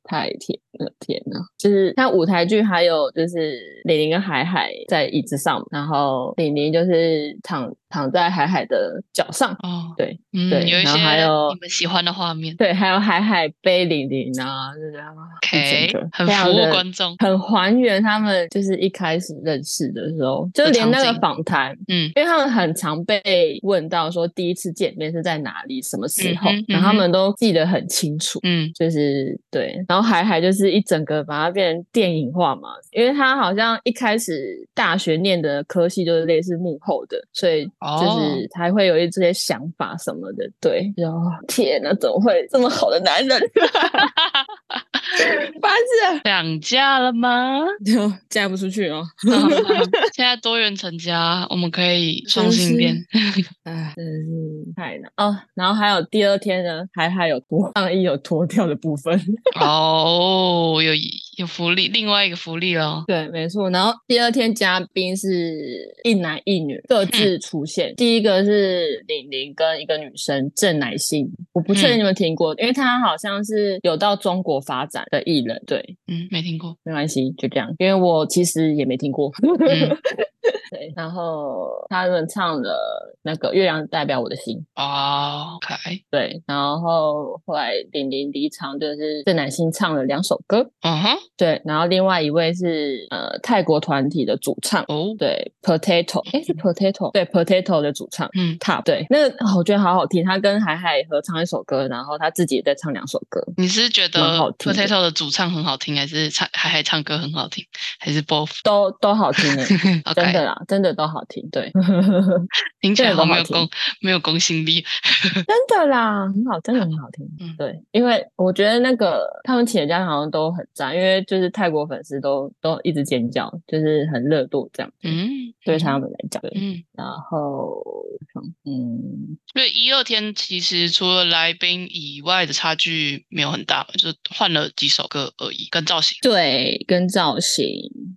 Speaker 2: 太甜了，天呐！就是像舞台剧，还有就是李玲跟海海在椅子上，然后李玲就是躺躺在海海的脚上，
Speaker 1: 哦，
Speaker 2: 对，
Speaker 1: 嗯，
Speaker 2: 对
Speaker 1: 有一
Speaker 2: 然
Speaker 1: 些
Speaker 2: 后还有
Speaker 1: 你们喜欢的画面
Speaker 2: 对，还有海海背李玲啊，就是啊一
Speaker 1: ，OK，
Speaker 2: 整个
Speaker 1: 很
Speaker 2: 非常
Speaker 1: 服务
Speaker 2: 的
Speaker 1: 观众，
Speaker 2: 很还原他们就是一开始认识的时候，就
Speaker 1: 的
Speaker 2: 连那
Speaker 1: 场
Speaker 2: 个
Speaker 1: 景
Speaker 2: 访谈，
Speaker 1: 嗯
Speaker 2: 因为他们很常被问到说第一次见面是在哪里、什么时候，
Speaker 1: 嗯哼
Speaker 2: 然后他
Speaker 1: 嗯哼
Speaker 2: 们都记得很清楚。
Speaker 1: 嗯
Speaker 2: 就是对，然后海海就是一整个把它变成电影化嘛，因为他好像一开始大学念的科系就是类似幕后的，所以
Speaker 1: 哦
Speaker 2: 就是才会有一些想法什么的。对，然后天哪，怎么会这么好的男人？ 烦死了
Speaker 1: 涨价了吗？！
Speaker 2: 就嫁不出去哦，
Speaker 1: 现在多元成家，我们可以双
Speaker 2: 真
Speaker 1: 性
Speaker 2: 是
Speaker 1: 恋。
Speaker 2: 哎， 真是太难哦。然后还有第二天呢，海海有脱上衣有脱掉的部分。
Speaker 1: 哦，有有福利，另外一个福利哦了。
Speaker 2: 对，没错。然后第二天嘉宾是一男一女
Speaker 1: 嗯
Speaker 2: 各自出现，第一个是玲玲跟一个女生郑乃馨，我不确定
Speaker 1: 嗯
Speaker 2: 你们听过，因为她好像是有到中国发展的艺人。对，
Speaker 1: 嗯，没听过。
Speaker 2: 没关系，就这样，因为我其实也没听过。
Speaker 1: 嗯
Speaker 2: 对，然后他们唱了那个《月亮代表我的心》，
Speaker 1: 哦，OK，
Speaker 2: 对，然后后来玲玲离场，就是郑乃馨唱了两首歌。
Speaker 1: 嗯哼，
Speaker 2: 对，然后另外一位是呃泰国团体的主唱，
Speaker 1: 哦，
Speaker 2: 对，Potato，哎是 Potato，对 Potato 的主唱
Speaker 1: 嗯
Speaker 2: Top，对，那个哦我觉得好好听，他跟海海合唱一首歌，然后他自己也在唱两首歌，
Speaker 1: 你是觉
Speaker 2: 蛮
Speaker 1: 得
Speaker 2: 好听的
Speaker 1: Potato 的 主唱很好听，还是唱海海唱歌很好听，还是 both？
Speaker 2: 都都好听诶欸
Speaker 1: OK，
Speaker 2: 真的的啦，真的都好听，对，
Speaker 1: 听起来
Speaker 2: 这个
Speaker 1: 好
Speaker 2: 很
Speaker 1: 没
Speaker 2: 好
Speaker 1: 有公没有公信力。
Speaker 2: 真的啦，很好，真的很好听。
Speaker 1: 嗯
Speaker 2: 对，因为我觉得那个他们请的假好像都很赞，因为就是泰国粉丝都都一直尖叫，就是很热度这样。，
Speaker 1: 嗯，
Speaker 2: 对他们来讲，对
Speaker 1: 嗯，
Speaker 2: 然后嗯，
Speaker 1: 所以一二天其实除了来宾以外的差距没有很大，就换了几首歌而已，跟造型。
Speaker 2: 对，跟造型、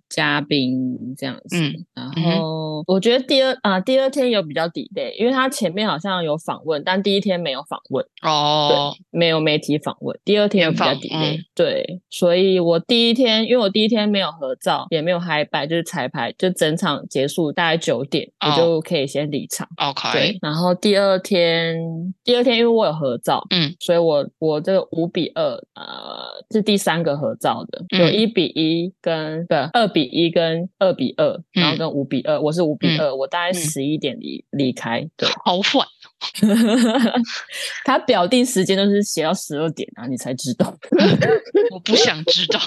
Speaker 2: 嘉宾这样子。
Speaker 1: 嗯
Speaker 2: 然
Speaker 1: 嗯哼
Speaker 2: 后、我觉得第二啊、第二天有比较 delay，因为他前面好像有访问，但第一天没有访问。
Speaker 1: 哦，
Speaker 2: 没有媒体访问，第二天有比较
Speaker 1: 联访
Speaker 2: delay，、
Speaker 1: 嗯
Speaker 2: 对，所以我第一天，因为我第一天没有合照，也没有嗨拜，就是彩排，就整场结束大概九点，
Speaker 1: 哦
Speaker 2: 我就可以先离场。对
Speaker 1: OK，，
Speaker 2: 然后第二天，第二天因为我有合照，
Speaker 1: 嗯，
Speaker 2: 所以我我这个五比二，呃，是第三个合照的，
Speaker 1: 嗯
Speaker 2: 有一比一跟对二比一跟二比二，然后跟五比二，我是五比二、我大概
Speaker 1: 嗯
Speaker 2: 十一点离、离开，对。
Speaker 1: 好晚，
Speaker 2: 他表定时间都是写到十二点啊，你才知 道。
Speaker 1: 我不想知 道，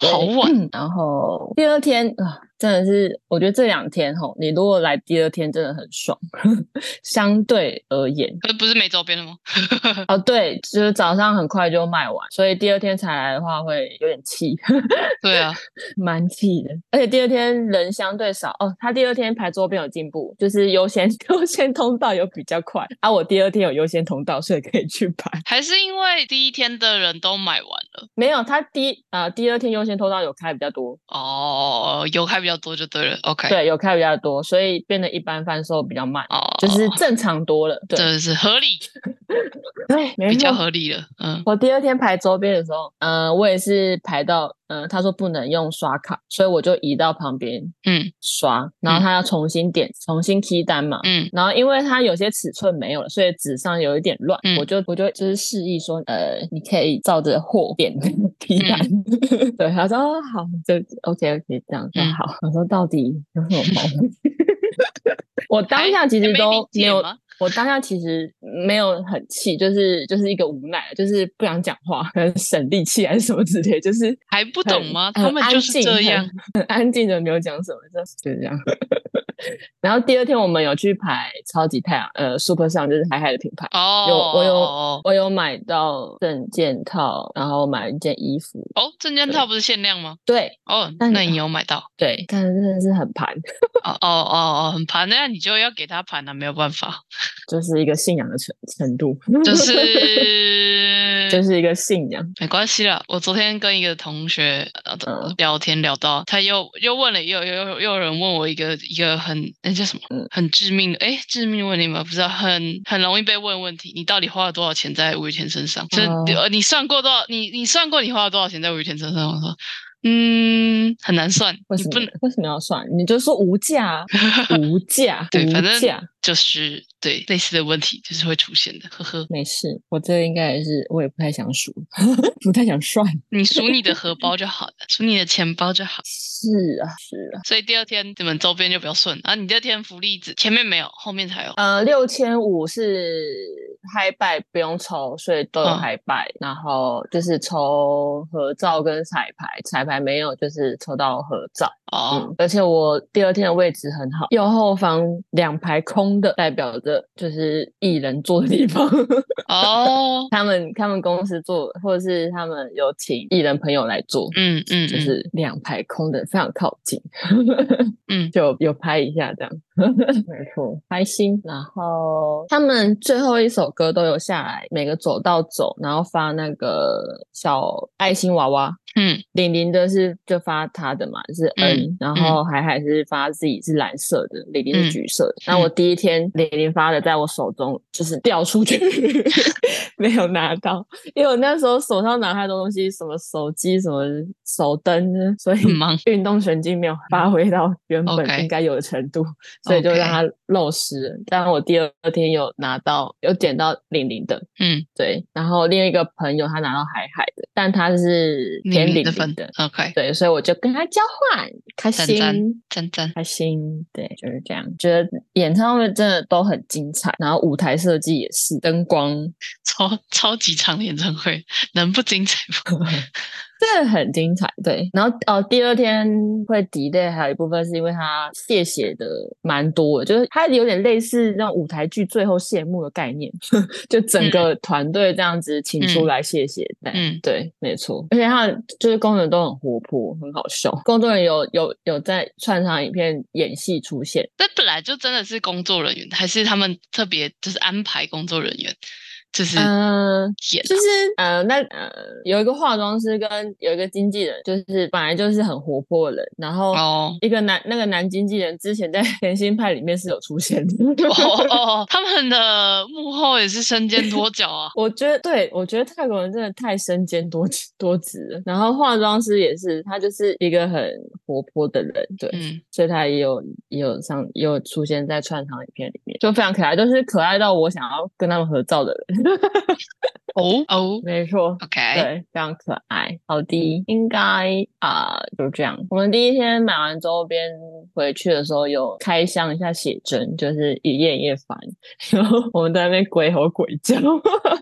Speaker 1: 好晚。
Speaker 2: 嗯
Speaker 1: 哦
Speaker 2: 然后第二天啊，真的是，我觉得这两天吼，你如果来第二天真的很爽， 相对而言。
Speaker 1: 可是不是没周边了吗？
Speaker 2: 哦，对，就是早上很快就卖完，所以第二天才来的话会有点气，
Speaker 1: 对啊，
Speaker 2: 蛮气的。而且第二天人相对少哦，他第二天排周边有进步，就是优先 优先通道有比较快啊。我第二天有优先通道，所以可以去排。
Speaker 1: 还是因为第一天的人都买完了
Speaker 2: 没有，他第一呃第二天优先通道有开比较多，
Speaker 1: 哦，游开比较多就对了。OK，，
Speaker 2: 对，有开比较多，所以变得一般贩售比较慢，
Speaker 1: 哦，
Speaker 2: 就是正常多了。对
Speaker 1: 真的是合理，
Speaker 2: 对，没
Speaker 1: 比较
Speaker 2: 错。
Speaker 1: 合理了。嗯，
Speaker 2: 我第二天排周边的时候，呃，我也是排到，呃，他说不能用刷卡，所以我就移到旁边
Speaker 1: 嗯
Speaker 2: 刷，然后
Speaker 1: 嗯
Speaker 2: 他要重新点，重新 key 单嘛。
Speaker 1: 嗯
Speaker 2: 然后因为它有些尺寸没有了，所以纸上有一点乱，
Speaker 1: 嗯
Speaker 2: 我就我就就是示意说，呃，你可以照着货点 提单。 对，他说、哦、好，就 OK OK 这样就
Speaker 1: 嗯
Speaker 2: 好。我说到底有什么毛病？ 我当下其实
Speaker 1: 还没
Speaker 2: 都
Speaker 1: 理
Speaker 2: 没
Speaker 1: 解
Speaker 2: 有
Speaker 1: 吗，
Speaker 2: 我当下其实没有很气，就是就是一个无奈，就是不想讲话， 可能省力气还是什么之类，就是
Speaker 1: 还不懂
Speaker 2: 很
Speaker 1: 吗？
Speaker 2: 很
Speaker 1: 他们
Speaker 2: 安
Speaker 1: 就是
Speaker 2: 静
Speaker 1: 这
Speaker 2: 很
Speaker 1: 样。
Speaker 2: 很 安静的，没有讲什么，就是就是这样。 然后第二天我们有去排超级太阳，呃，Super 上就是海海的品牌，
Speaker 1: 哦，
Speaker 2: 有我有
Speaker 1: 哦
Speaker 2: 我有买到证件套，然后买一件衣服，
Speaker 1: 哦，证件套不是限量吗？
Speaker 2: 对
Speaker 1: 哦，
Speaker 2: 但
Speaker 1: 那你有买到？
Speaker 2: 对，但是真的是很盘，
Speaker 1: 哦哦哦哦，很盘，那你就要给他盘啊了，没有办法，
Speaker 2: 就是一个信仰的程程度，
Speaker 1: 就。
Speaker 2: 就是 是一个信仰，
Speaker 1: 没关系啦，我昨天跟一个同学呃
Speaker 2: 嗯
Speaker 1: 聊天聊到，他又又问了，又又又又有人问我一个一个很那叫什么
Speaker 2: 嗯，
Speaker 1: 很致命的哎致命的问题吗？不知道，很很容易被问问题，你到底花了多少钱在吴宇天身上？这
Speaker 2: 哦
Speaker 1: 呃你算过多少？你你算过你花了多少钱在吴宇天身上？我说嗯很难算，
Speaker 2: 为
Speaker 1: 你
Speaker 2: 什
Speaker 1: 不
Speaker 2: 么
Speaker 1: 能
Speaker 2: 为什么要算？你就说无价 啊，无价，
Speaker 1: 对反
Speaker 2: 无
Speaker 1: 正
Speaker 2: 价。
Speaker 1: 就是对类似的问题就是会出现的，呵呵。
Speaker 2: 没事，我这应该也是，我也不太想数， 不太想算。
Speaker 1: 你数你的荷包就好了，数你的钱包就好。
Speaker 2: 是啊，是啊。
Speaker 1: 所以第二天你们周边就比较顺啊，你第二天福利只前面没有，后面才有。
Speaker 2: 呃，六千五是嗨拜不用抽，所以都有
Speaker 1: 嗯
Speaker 2: 嗨拜、然后就是抽合照跟彩排，彩排没有，就是抽到合照。
Speaker 1: 哦，
Speaker 2: 嗯，而且我第二天的位置很好，右后方两排空的，代表着就是艺人坐的地方。
Speaker 1: 哦，
Speaker 2: 他们他们公司做，或者是他们有请艺人朋友来做，
Speaker 1: 嗯嗯，
Speaker 2: 就
Speaker 1: 嗯
Speaker 2: 是两排空的，非常靠近，
Speaker 1: 嗯
Speaker 2: 就有拍一下这样， 没错，开心。然后他们最后一首歌都有下来，每个走道走，然后发那个小爱心娃娃。
Speaker 1: 嗯
Speaker 2: 玲玲的是就发他的嘛，是 N，、然后海海是发自己是蓝色的，玲玲
Speaker 1: 嗯
Speaker 2: 是橘色的。那、我第一天玲玲发的在我手中就是掉出去， 没有拿到，因为我那时候手上拿太多东西，什么手机、什么手灯，所以
Speaker 1: 很忙
Speaker 2: 运动神经没有发挥到原本
Speaker 1: 嗯 OK
Speaker 2: 应该有的程度所以就
Speaker 1: OK
Speaker 2: 让它漏失了。但我第二天有拿到，有捡到玲玲的，
Speaker 1: 嗯，
Speaker 2: 对，然后另一个朋友他拿到海海的，但他是
Speaker 1: 你
Speaker 2: 偏
Speaker 1: 们
Speaker 2: 零
Speaker 1: 的
Speaker 2: 零
Speaker 1: 分
Speaker 2: 的，
Speaker 1: ，OK，
Speaker 2: 对，所以我就跟他交换，开
Speaker 1: 赞
Speaker 2: 心，
Speaker 1: 赞赞赞，
Speaker 2: 开心，对，就是这样。觉得演唱会真的都很精彩，然后舞台设计也是，灯光
Speaker 1: 超超级长的演唱会能不精彩吗？
Speaker 2: 真的很精彩，对。然后哦，第二天会 delay，还有一部分是因为它谢写的蛮多的，就是它有点类似那种舞台剧最后谢幕的概念， 就整个团队这样子请出来谢谢。
Speaker 1: 嗯嗯
Speaker 2: 对，没错。而且它就是工人都很活泼，很好笑。工作人员有有有在串场影片演戏出现，
Speaker 1: 这本来就真的是工作人员，还是他们特别就是安排工作人员，就是演、
Speaker 2: 嗯、
Speaker 1: 啊
Speaker 2: 就是呃，那呃，有一个化妆师跟有一个经纪人，就是本来就是很活泼的人，然后
Speaker 1: 哦。
Speaker 2: 一个男那个男经纪人之前在 《甜心派》里面是有出现的。。
Speaker 1: 哦哦，他们的幕后也是身兼多角啊
Speaker 2: 我觉得，对我觉得泰国人真的太身兼多职多职了。然后化妆师也是，他就是一个很活泼的人，对，
Speaker 1: 嗯，
Speaker 2: 所以他也有也有上也有出现在串场影片里面，就非常可爱，就是可爱到我想要跟他们合照的人。
Speaker 1: 哦哦
Speaker 2: 没错，
Speaker 1: ，OK，
Speaker 2: 对，非常可爱。好的，应该啊、就这样。我们第一天买完周边回去的时候，有开箱一下写真，就是一页一页翻， 然后我们在那边鬼吼鬼叫。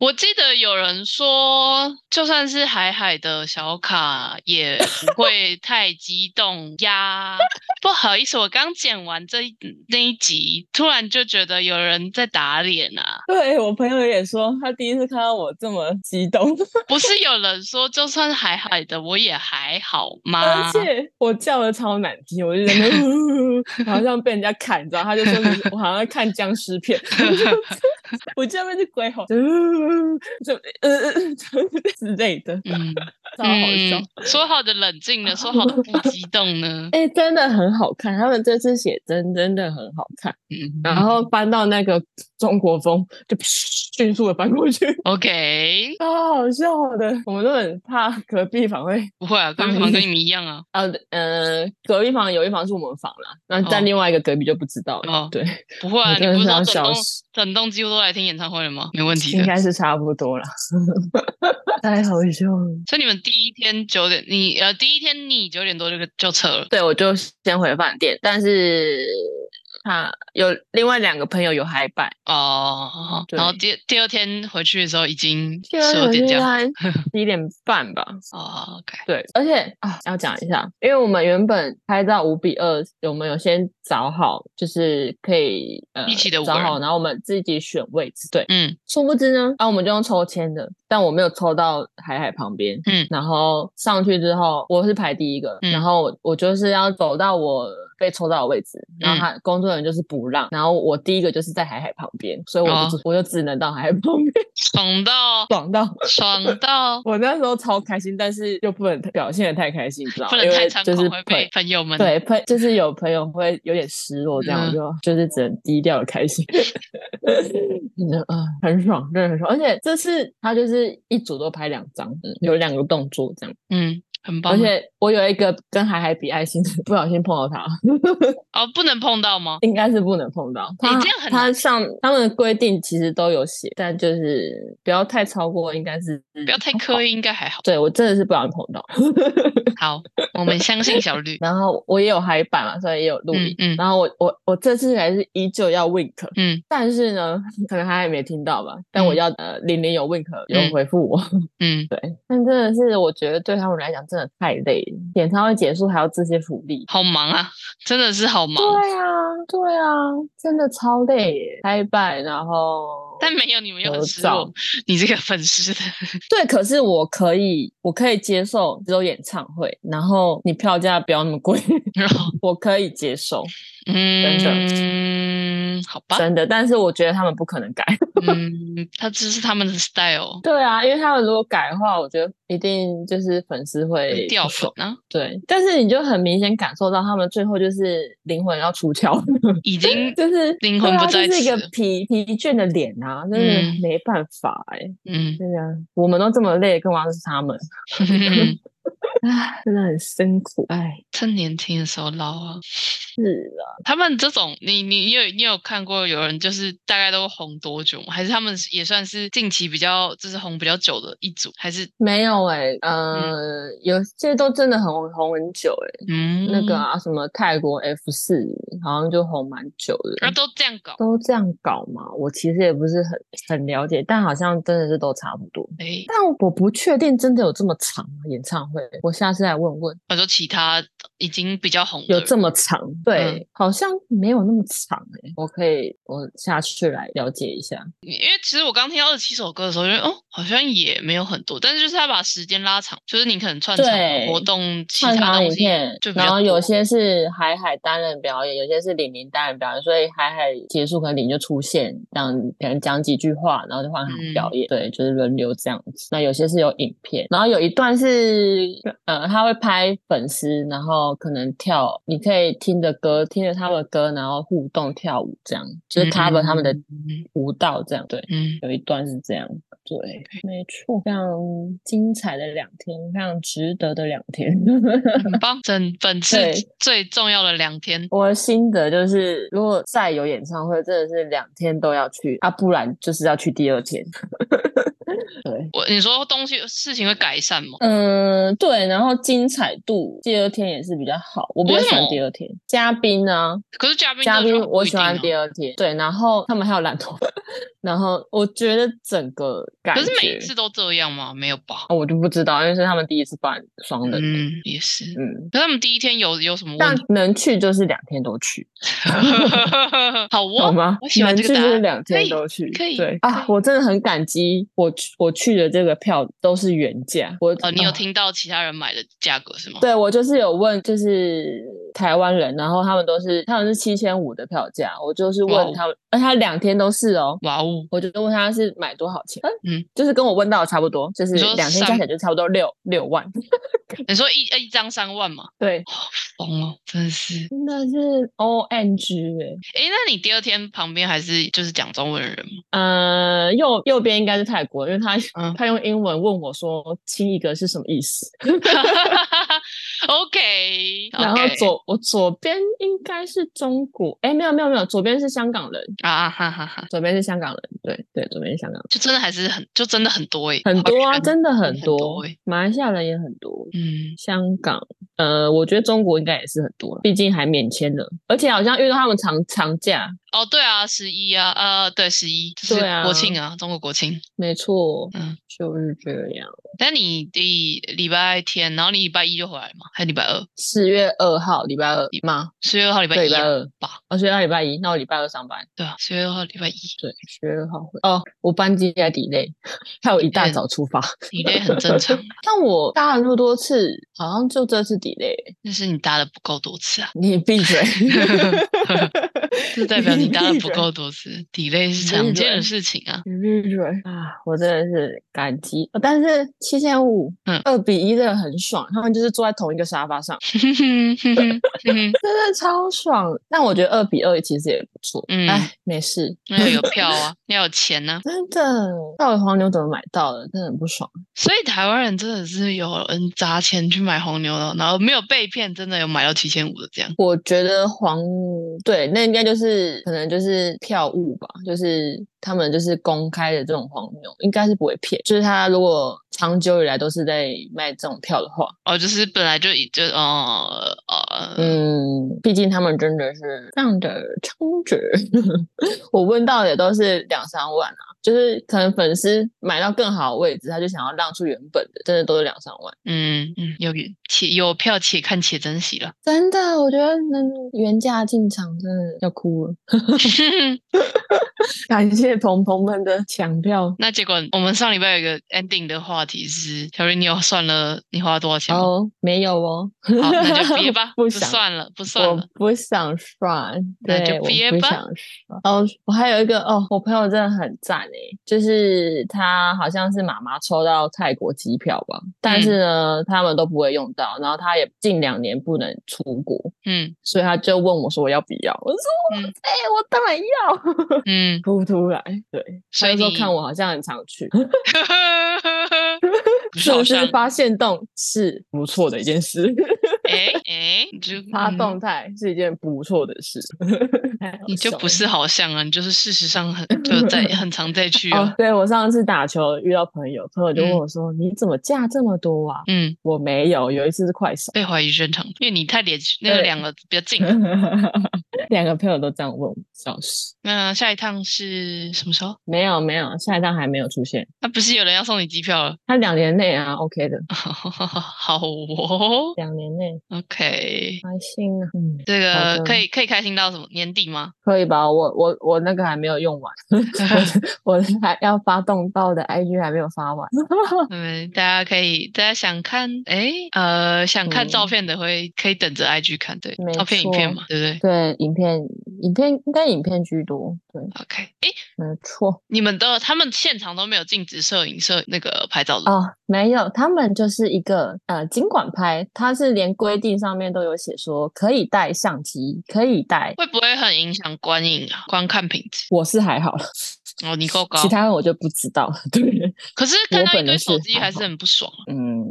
Speaker 1: 我记得有人说，就算是海海的小卡也 不会太激动呀。不好意思，我刚剪完这一那一集，突然就觉得有人在打脸啊。
Speaker 2: 对我朋友也说，他第一次看到我这么激动，
Speaker 1: 不是有人说，就算海海的我也还好吗
Speaker 2: 而？且我叫的超难听，我就在那边呜，好像被人家砍，你知道？他就说你我好像在看僵尸片， 我就我就在那边就鬼吼，就呜就呃呃呃之类的。
Speaker 1: 嗯，
Speaker 2: 超好笑。
Speaker 1: 嗯说好的冷静呢？说好的不 激动呢？
Speaker 2: 哎、真的很好看，他们这次写真真的很好看。
Speaker 1: 嗯，
Speaker 2: 然后搬到那个中国风，就迅速的搬过去，
Speaker 1: OK，
Speaker 2: 超好笑的。我们都很怕隔壁房会，
Speaker 1: 不会啊，跟
Speaker 2: 嗯
Speaker 1: 好像跟你们一样啊。
Speaker 2: 啊，呃，隔壁房有一房是我们房啦，那
Speaker 1: 哦
Speaker 2: 但另外一个隔壁就不知道了。
Speaker 1: 哦
Speaker 2: 对，
Speaker 1: 不会啊，
Speaker 2: 我
Speaker 1: 你
Speaker 2: 真的
Speaker 1: 不
Speaker 2: 是
Speaker 1: 是
Speaker 2: 要
Speaker 1: 说整
Speaker 2: 笑
Speaker 1: 栋
Speaker 2: 死，
Speaker 1: 整栋几乎都来听演唱会了吗？没问题
Speaker 2: 应
Speaker 1: 的。
Speaker 2: 该是差不多啦。 太好笑了。
Speaker 1: 所以你们第一天九点，你呃第一天你九点多就就撤了。
Speaker 2: 对，我就先回饭店，但是他有另外两个朋友有嗨拜，
Speaker 1: 哦，
Speaker 2: 对
Speaker 1: 然后第第二天回去的时候已经
Speaker 2: 第二
Speaker 1: 十二
Speaker 2: 个
Speaker 1: 点这
Speaker 2: 应
Speaker 1: 样。
Speaker 2: 该啊 十一点半吧，
Speaker 1: 哦，OK，
Speaker 2: 对，而且啊，要讲一下，因为我们原本拍到五比二，我们有先找好，就是可以呃
Speaker 1: 一起的五
Speaker 2: 找
Speaker 1: 个人
Speaker 2: 好，然后我们自己选位置。对，
Speaker 1: 嗯
Speaker 2: 殊不知呢，啊，我们就用抽签的，但我没有抽到海海旁边。
Speaker 1: 嗯
Speaker 2: 然后上去之后，我是排第一个，
Speaker 1: 嗯
Speaker 2: 然后我我就是要走到我被抽到的位置，然后
Speaker 1: 嗯
Speaker 2: 他工作人员就是不让，然后我第一个就是在海海旁边，所以我
Speaker 1: 哦
Speaker 2: 就只、我就只能到海海旁边，
Speaker 1: 爽到
Speaker 2: 爽到
Speaker 1: 爽到
Speaker 2: 我那时候超开心，但是又不能表现的太开心，你知道吗？
Speaker 1: 不能太猖
Speaker 2: 因为就是
Speaker 1: 狂，会
Speaker 2: 朋
Speaker 1: 被朋友们
Speaker 2: 对朋就是有朋友会有点失落，这样、
Speaker 1: 嗯
Speaker 2: 就就是只能低调的 开心，真的啊、很爽，真的很爽。而且这次他就是一组都拍两张，嗯有两个动作这样，
Speaker 1: 嗯，很棒。
Speaker 2: 而且我有一个跟海海比爱心的，不小心碰到他，
Speaker 1: 哦，不能碰到吗？
Speaker 2: 应该是不能碰到。
Speaker 1: 诶
Speaker 2: 他
Speaker 1: 这样很
Speaker 2: 他上他们的规定其实都有写，但就是不要太超过，应该是
Speaker 1: 不要太刻意，应该 还好。
Speaker 2: 对我真的是不小心碰到。
Speaker 1: 好，我们相信小绿。
Speaker 2: 然后我也有海版嘛，所以也有录
Speaker 1: 嗯
Speaker 2: 影。
Speaker 1: 嗯
Speaker 2: 然后我我我这次还是依旧要 wink，
Speaker 1: 嗯
Speaker 2: 但是呢，可能他还没听到吧。但我
Speaker 1: 嗯
Speaker 2: 要、呃，玲玲有 wink
Speaker 1: 嗯
Speaker 2: 有回复我，
Speaker 1: 嗯，
Speaker 2: 对。但真的是我觉得对他们来讲真的太累了，演唱会结束还要这些福利。
Speaker 1: 好忙啊，真的是好忙。
Speaker 2: 对啊，对啊，真的超累耶！拍版，然后
Speaker 1: 但没有你们又很
Speaker 2: 合
Speaker 1: 失落
Speaker 2: 照，
Speaker 1: 你这个粉丝的
Speaker 2: 对，可是我可以，我可以接受只有演唱会，然后你票价不要那么贵， 我可以接受，
Speaker 1: 嗯，
Speaker 2: 真的
Speaker 1: 好吧，
Speaker 2: 真的。但是我觉得他们不可能改。
Speaker 1: 嗯，他这是他们的 style，
Speaker 2: 对啊，因为他们如果改的话，我觉得一定就是粉丝会
Speaker 1: 掉
Speaker 2: 不
Speaker 1: 粉
Speaker 2: 爽。
Speaker 1: 啊，
Speaker 2: 对，但是你就很明显感受到他们最后就是灵魂要出窍，
Speaker 1: 已经，
Speaker 2: 就是
Speaker 1: 灵魂
Speaker 2: 对啊
Speaker 1: 不在
Speaker 2: 就是一个
Speaker 1: 此了
Speaker 2: 疲疲倦的脸啊，真
Speaker 1: 嗯
Speaker 2: 的没办法哎、
Speaker 1: 嗯，
Speaker 2: 对啊，我们都这么累，干嘛是他们？唉，真的很辛苦哎。
Speaker 1: 趁年轻的时候捞啊，
Speaker 2: 是啊，
Speaker 1: 他们这种，你你你有你有看过有人就是大概都红多久吗？还是他们也算是近期比较就是红比较久的一组？还是
Speaker 2: 没有哎、呃，有些都真的很红很久哎、
Speaker 1: 嗯
Speaker 2: 那个啊，什么泰国 F 四好像就红蛮久
Speaker 1: 啊
Speaker 2: 的，
Speaker 1: 都这样搞？
Speaker 2: 都这样搞嘛？我其实也不是很很了解，但好像真的是都差不多。
Speaker 1: 哎，
Speaker 2: 但我不确定真的有这么长吗？演唱会，我下次来问问，
Speaker 1: 我说其他已经比较红的
Speaker 2: 有
Speaker 1: 人
Speaker 2: 这么长？对，好像没有那么长哎、我可以，我下次来了解一下。
Speaker 1: 因为其实我刚听到二十七首歌的时候，觉得哦，好像也没有很多，但是就是他把时间拉长，就是你可能串场啊
Speaker 2: 对
Speaker 1: 活动、其
Speaker 2: 看
Speaker 1: 他
Speaker 2: 他
Speaker 1: 东
Speaker 2: 影
Speaker 1: 西，
Speaker 2: 片
Speaker 1: 就，比较
Speaker 2: 然后
Speaker 1: 多
Speaker 2: 有些是海海单人表演，有些是李宁单人表演，所以海海结束可能李就出现，这样可能讲几句话，然后就换海
Speaker 1: 嗯
Speaker 2: 表演，对，就是轮流这样子。那有些是有影片，然后有一段是呃他会拍粉丝，然后可能跳，你可以听着歌，听着他们的歌，然后互动跳舞这样，就是 cover 他们的
Speaker 1: 嗯
Speaker 2: 舞蹈这样，对。
Speaker 1: 嗯，
Speaker 2: 有一段是这样，对，没错，非常精彩的两天，非常值得的两天。
Speaker 1: 很棒。整本次
Speaker 2: 对
Speaker 1: 最重要的两天，
Speaker 2: 我的心得就是，如果再有演唱会，真的是两天都要去啊，不然就是要去第二天。 对，
Speaker 1: 我你说东西事情会改善吗？
Speaker 2: 嗯，对，然后精彩度第二天也是比较好，我比较喜
Speaker 1: 为什
Speaker 2: 欢
Speaker 1: 么
Speaker 2: 第二天。嘉宾呢，
Speaker 1: 可是嘉宾
Speaker 2: 嘉
Speaker 1: 真的
Speaker 2: 宾
Speaker 1: 就
Speaker 2: 我
Speaker 1: 不一
Speaker 2: 喜
Speaker 1: 定啊
Speaker 2: 欢第二天，对，然后他们还有染头发，然后我觉得整个感
Speaker 1: 可
Speaker 2: 觉，
Speaker 1: 是每次都这样吗？没有吧？
Speaker 2: 哦我就不知道，因为是他们第一次办双人的，
Speaker 1: 嗯，也是。
Speaker 2: 嗯
Speaker 1: 可是他们第一天有有什么问
Speaker 2: 但
Speaker 1: 题？
Speaker 2: 能去就是两天都去，
Speaker 1: 好
Speaker 2: 懂
Speaker 1: 哦，
Speaker 2: 吗？
Speaker 1: 我喜欢这个答
Speaker 2: 能去就是
Speaker 1: 案
Speaker 2: 两
Speaker 1: 可
Speaker 2: 天
Speaker 1: 以
Speaker 2: 都去，
Speaker 1: 可以
Speaker 2: 对
Speaker 1: 可
Speaker 2: 啊
Speaker 1: 以，
Speaker 2: 我真的很感激，我去我去的这个票都是原价，我
Speaker 1: 哦，你有
Speaker 2: 啊
Speaker 1: 听到其他人买的价格是吗？
Speaker 2: 对我就是有问，就是台湾人，然后他们都是他们是七千五的票价，我就是
Speaker 1: 哇哦
Speaker 2: 问他们，而且他两天都是哦。
Speaker 1: 哇哦，
Speaker 2: 我就问他是买多少钱，
Speaker 1: 嗯
Speaker 2: 嗯，就是跟我问到的差不多，就是
Speaker 1: 你说
Speaker 2: 两天加
Speaker 1: 三
Speaker 2: 起来就差不多六六万，
Speaker 1: 你说一一张三万吗？
Speaker 2: 对，
Speaker 1: 疯了，真的是。
Speaker 2: 真的是 O N G 哎、
Speaker 1: 诶，那你第二天旁边还是就是讲中文的人 吗？
Speaker 2: 呃，右右边应该是泰国，因为他、
Speaker 1: 嗯
Speaker 2: 他用英文问我说“亲一个”是什么意思
Speaker 1: OK，
Speaker 2: 然后左我左边应该是中国，哎，没有没有没有，左边是香港人，
Speaker 1: 啊哈哈哈，
Speaker 2: 左边是香港人，对对，左边是香港人，
Speaker 1: 就真的还是很就真的很多欸诶，
Speaker 2: 很多
Speaker 1: 华
Speaker 2: 啊，
Speaker 1: 人
Speaker 2: 真的很
Speaker 1: 很
Speaker 2: 多，
Speaker 1: 多欸
Speaker 2: 马来西亚人也很多。
Speaker 1: 嗯，
Speaker 2: 香港，呃，我觉得中国应该也是很多了，毕竟还免签了，而且好像遇到他们长长假，
Speaker 1: 哦对啊，十一啊，呃对十一就是
Speaker 2: 对啊
Speaker 1: 国庆啊，中国国庆。
Speaker 2: 没错，
Speaker 1: 嗯，
Speaker 2: 就是这样。
Speaker 1: 但你第礼拜天，然后你礼拜一就回来嘛，还是礼拜二？
Speaker 2: 四月二号，礼拜二吗？
Speaker 1: 十月二号礼拜
Speaker 2: 对，
Speaker 1: 一
Speaker 2: 礼拜
Speaker 1: 啊
Speaker 2: 二
Speaker 1: 吧？
Speaker 2: 哦，所以要礼拜一，那我礼拜二上班。
Speaker 1: 对啊，十月二号礼拜一，
Speaker 2: 对，十月二号会。哦，我班机在 delay，还 有一大
Speaker 1: 嗯
Speaker 2: 早出发。
Speaker 1: 你累很正常，欸
Speaker 2: 但我搭了那么多次，好像就这次 delay。
Speaker 1: 那是你搭的不够多次啊。！
Speaker 2: 你闭嘴
Speaker 1: 这代表你搭的
Speaker 2: 闭
Speaker 1: 不
Speaker 2: 嘴
Speaker 1: 够。多次，delay 是
Speaker 2: 闭
Speaker 1: 常见的
Speaker 2: 嘴
Speaker 1: 事情啊。
Speaker 2: 你闭嘴啊！我真的是感激，哦但是七千五
Speaker 1: 嗯，
Speaker 2: 二比一真的很爽。他们就是坐在同一个沙发上，真的超爽。但我觉得二比二其实也不错。
Speaker 1: 嗯
Speaker 2: 哎，没事，
Speaker 1: 那要有票啊，要有钱呐、
Speaker 2: 真的。到底黄牛怎么买到的？真的很不爽。
Speaker 1: 所以台湾人真的是有人砸钱去买红牛了，然后没有被骗，真的有买到七千五的这样。
Speaker 2: 我觉得黄对，那应该就是可能就是票务吧，就是他们就是公开的这种黄牛，应该是不会骗。就是他如果长久以来都是在卖这种票的话，
Speaker 1: 哦，就是本来就已就哦呃，
Speaker 2: 嗯，毕竟他们真的是这样的充值， 我问到也都是两三万啊，就是可能粉丝买到更好的位置，他就想要让出原本的，真的都是两三万。
Speaker 1: 嗯嗯，有且有票且看且珍惜了。
Speaker 2: 真的，我觉得能原价进场真的要哭了。感谢鹏鹏们的抢票，
Speaker 1: 那结果我们上礼拜有一个 ending 的话题是，小瑞，你有算了你花了多少钱吗？
Speaker 2: 哦，没有哦，
Speaker 1: 好，那 就憋吧，
Speaker 2: 不
Speaker 1: 不
Speaker 2: 想
Speaker 1: 算了，不算
Speaker 2: 我
Speaker 1: 了。
Speaker 2: 不想算，
Speaker 1: 那就
Speaker 2: 对，我
Speaker 1: 憋
Speaker 2: 不
Speaker 1: 吧
Speaker 2: 想算。哦，我还有一个哦，我朋友真的很赞诶，就是他好像是妈妈抽到泰国机票吧，
Speaker 1: 嗯
Speaker 2: 但是呢，他们都不会用到，然后他也近两年不能出国，
Speaker 1: 嗯
Speaker 2: 所以他就问我说我要不要，我说
Speaker 1: 嗯
Speaker 2: 哎、我当然要，
Speaker 1: 嗯，
Speaker 2: 突突然对，
Speaker 1: 所以
Speaker 2: 他就
Speaker 1: 你
Speaker 2: 说 看我好像很常去，
Speaker 1: 不
Speaker 2: 是
Speaker 1: 好
Speaker 2: 不是
Speaker 1: 像
Speaker 2: 发现洞是不错的一件事？
Speaker 1: 哎哎，你就
Speaker 2: 发
Speaker 1: 嗯
Speaker 2: 动态是一件不错的事，
Speaker 1: 你就不
Speaker 2: 是。
Speaker 1: 是好像啊，你就是事实上很就 在很常在去
Speaker 2: 哦
Speaker 1: 哦，。
Speaker 2: 对我上次打球遇到朋友，朋友就
Speaker 1: 嗯
Speaker 2: 问我说：“你怎么假这么多啊
Speaker 1: 嗯，？”
Speaker 2: 我没有，有一次是快手，
Speaker 1: 被怀疑正常，因为你太连那个
Speaker 2: 对
Speaker 1: 两个比较近。
Speaker 2: 两个朋友都这样问我，笑死。
Speaker 1: 那下一趟是什么时候？
Speaker 2: 没有没有，下一站还没有出现，
Speaker 1: 那、不是有人要送你机票了？
Speaker 2: 他两年内啊，OK 的，
Speaker 1: 好哦
Speaker 2: 两年内
Speaker 1: ，OK，
Speaker 2: 还行啊，嗯，
Speaker 1: 这
Speaker 2: 好
Speaker 1: 个
Speaker 2: 的
Speaker 1: 可以可以开心到什么年底吗？
Speaker 2: 可以吧？我我我那个还没有用完， 我我 还要发动到的 IG 还没有发完，
Speaker 1: 嗯，大家可以，大家想看，哎，呃，想看照
Speaker 2: 嗯
Speaker 1: 片的会可以等着 IG 看，对
Speaker 2: 没，
Speaker 1: 照片影片
Speaker 2: 错
Speaker 1: 嘛，对不对
Speaker 2: 对，影片影片应该影片居多，对，
Speaker 1: ？OK，哎，
Speaker 2: 没错。
Speaker 1: 你们的他们现场都没有禁止摄影摄那个拍照的，
Speaker 2: 哦，没有，他们就是一个呃，尽管拍，它是连规定上面都有写说可以带相机，可以带。
Speaker 1: 会不会很影响观影啊、观看品质？
Speaker 2: 我是还好了，
Speaker 1: 哦，你够高
Speaker 2: 其，他人我就不知道。对，
Speaker 1: 可是看
Speaker 2: 我
Speaker 1: 到一
Speaker 2: 本
Speaker 1: 堆
Speaker 2: 人
Speaker 1: 手
Speaker 2: 是
Speaker 1: 机
Speaker 2: 还
Speaker 1: 还是
Speaker 2: 好
Speaker 1: 很不爽啊，
Speaker 2: 嗯，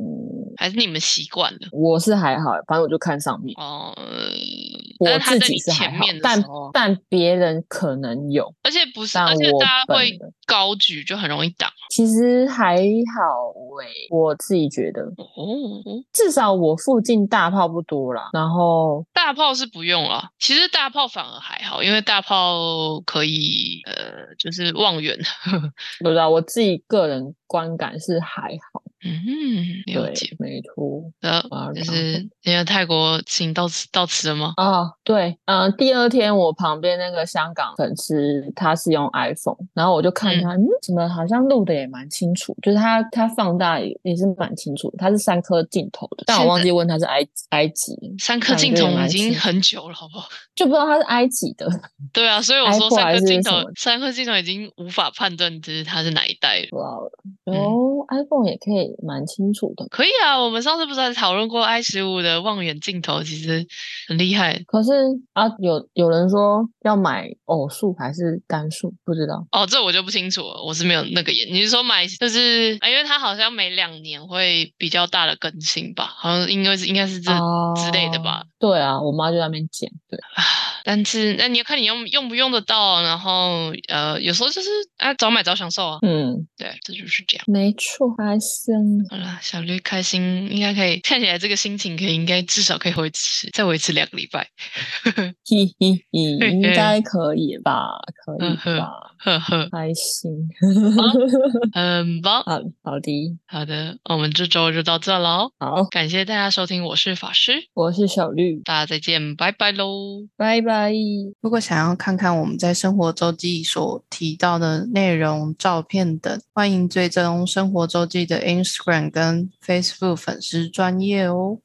Speaker 1: 还是你们习惯了？
Speaker 2: 我是还好，反正我就看上面。
Speaker 1: 哦，但
Speaker 2: 我
Speaker 1: 是他
Speaker 2: 自
Speaker 1: 在
Speaker 2: 己
Speaker 1: 你
Speaker 2: 是还
Speaker 1: 前
Speaker 2: 好
Speaker 1: 面，的
Speaker 2: 但
Speaker 1: 时候，
Speaker 2: 但别人可能有，
Speaker 1: 而且不是，
Speaker 2: 但
Speaker 1: 而且
Speaker 2: 我
Speaker 1: 大家
Speaker 2: 本
Speaker 1: 会
Speaker 2: 人
Speaker 1: 高举就很容易挡
Speaker 2: 其实还好喂、我自己觉得，
Speaker 1: 哦。
Speaker 2: 至少我附近大炮不多啦。然后
Speaker 1: 大炮是不用了，其实大炮反而还好，因为大炮可以呃，就是望远。
Speaker 2: 不知道我自己个人观感是还好，
Speaker 1: 嗯，了
Speaker 2: 对
Speaker 1: 解。，
Speaker 2: 没错。
Speaker 1: 呃，
Speaker 2: 啊
Speaker 1: 就
Speaker 2: 然后
Speaker 1: 是因为泰国行到此到此了吗？
Speaker 2: 哦，对，嗯，第二天我旁边那个香港粉丝，他是用 iPhone，然后我就看
Speaker 1: 嗯
Speaker 2: 他，嗯，怎么好像录的也蛮清楚，就是他他放大也也是蛮清楚，他是三颗镜头的，但
Speaker 1: 现
Speaker 2: 我忘
Speaker 1: 在
Speaker 2: 记问他是埃埃及，
Speaker 1: 三颗
Speaker 2: 感
Speaker 1: 镜
Speaker 2: 觉也
Speaker 1: 头已
Speaker 2: 蛮
Speaker 1: 经
Speaker 2: 新
Speaker 1: 很久了，好不好？
Speaker 2: 就不知道他是埃及的，
Speaker 1: 对啊，所以我说
Speaker 2: iPhone
Speaker 1: 三颗
Speaker 2: 还是
Speaker 1: 镜
Speaker 2: 什
Speaker 1: 头
Speaker 2: 么，
Speaker 1: 三颗镜头已经无法判断就是它是哪一代了。
Speaker 2: 不知道了。
Speaker 1: 嗯
Speaker 2: 哦，iPhone 也可以蛮清楚的，
Speaker 1: 可以啊，我们上次不是还讨论过 i 十五的望远镜头，其实很厉害
Speaker 2: 可是啊，有有人说要买偶数还是单数，不知道。
Speaker 1: 哦。这我就不清楚了，我是没有那个眼。你是说买就是、啊因为它好像每两年会比较大的更新吧？好像应该是应该是这。之类的吧
Speaker 2: 哦对啊，我妈就在那边剪，对，
Speaker 1: 啊但是那你要看你用用不用得到，然后呃，有时候就是啊，早买早享受啊，
Speaker 2: 嗯。
Speaker 1: 对，这就是这样。
Speaker 2: 没错，还 生
Speaker 1: 好啦，小绿开心应该可以，看起来这个心情可以应该至少可以维持再维持两个礼拜，
Speaker 2: 嘿嘿嘿，应
Speaker 1: 嘿
Speaker 2: 该可以吧？可以
Speaker 1: 嗯哼
Speaker 2: 吧？
Speaker 1: 呵呵，
Speaker 2: 开心，
Speaker 1: 很棒。
Speaker 2: 好好的，
Speaker 1: 好的，我们这周就到这喽，
Speaker 2: 好，
Speaker 1: 感谢大家收听，我是法师，
Speaker 2: 我是小绿，
Speaker 1: 大家再见，拜拜喽。
Speaker 2: 拜拜。
Speaker 3: 如果想要看看我们在生活周记所提到的内容、照片等，欢迎追踪生活周记的 Instagram 跟 Facebook 粉丝专业哦。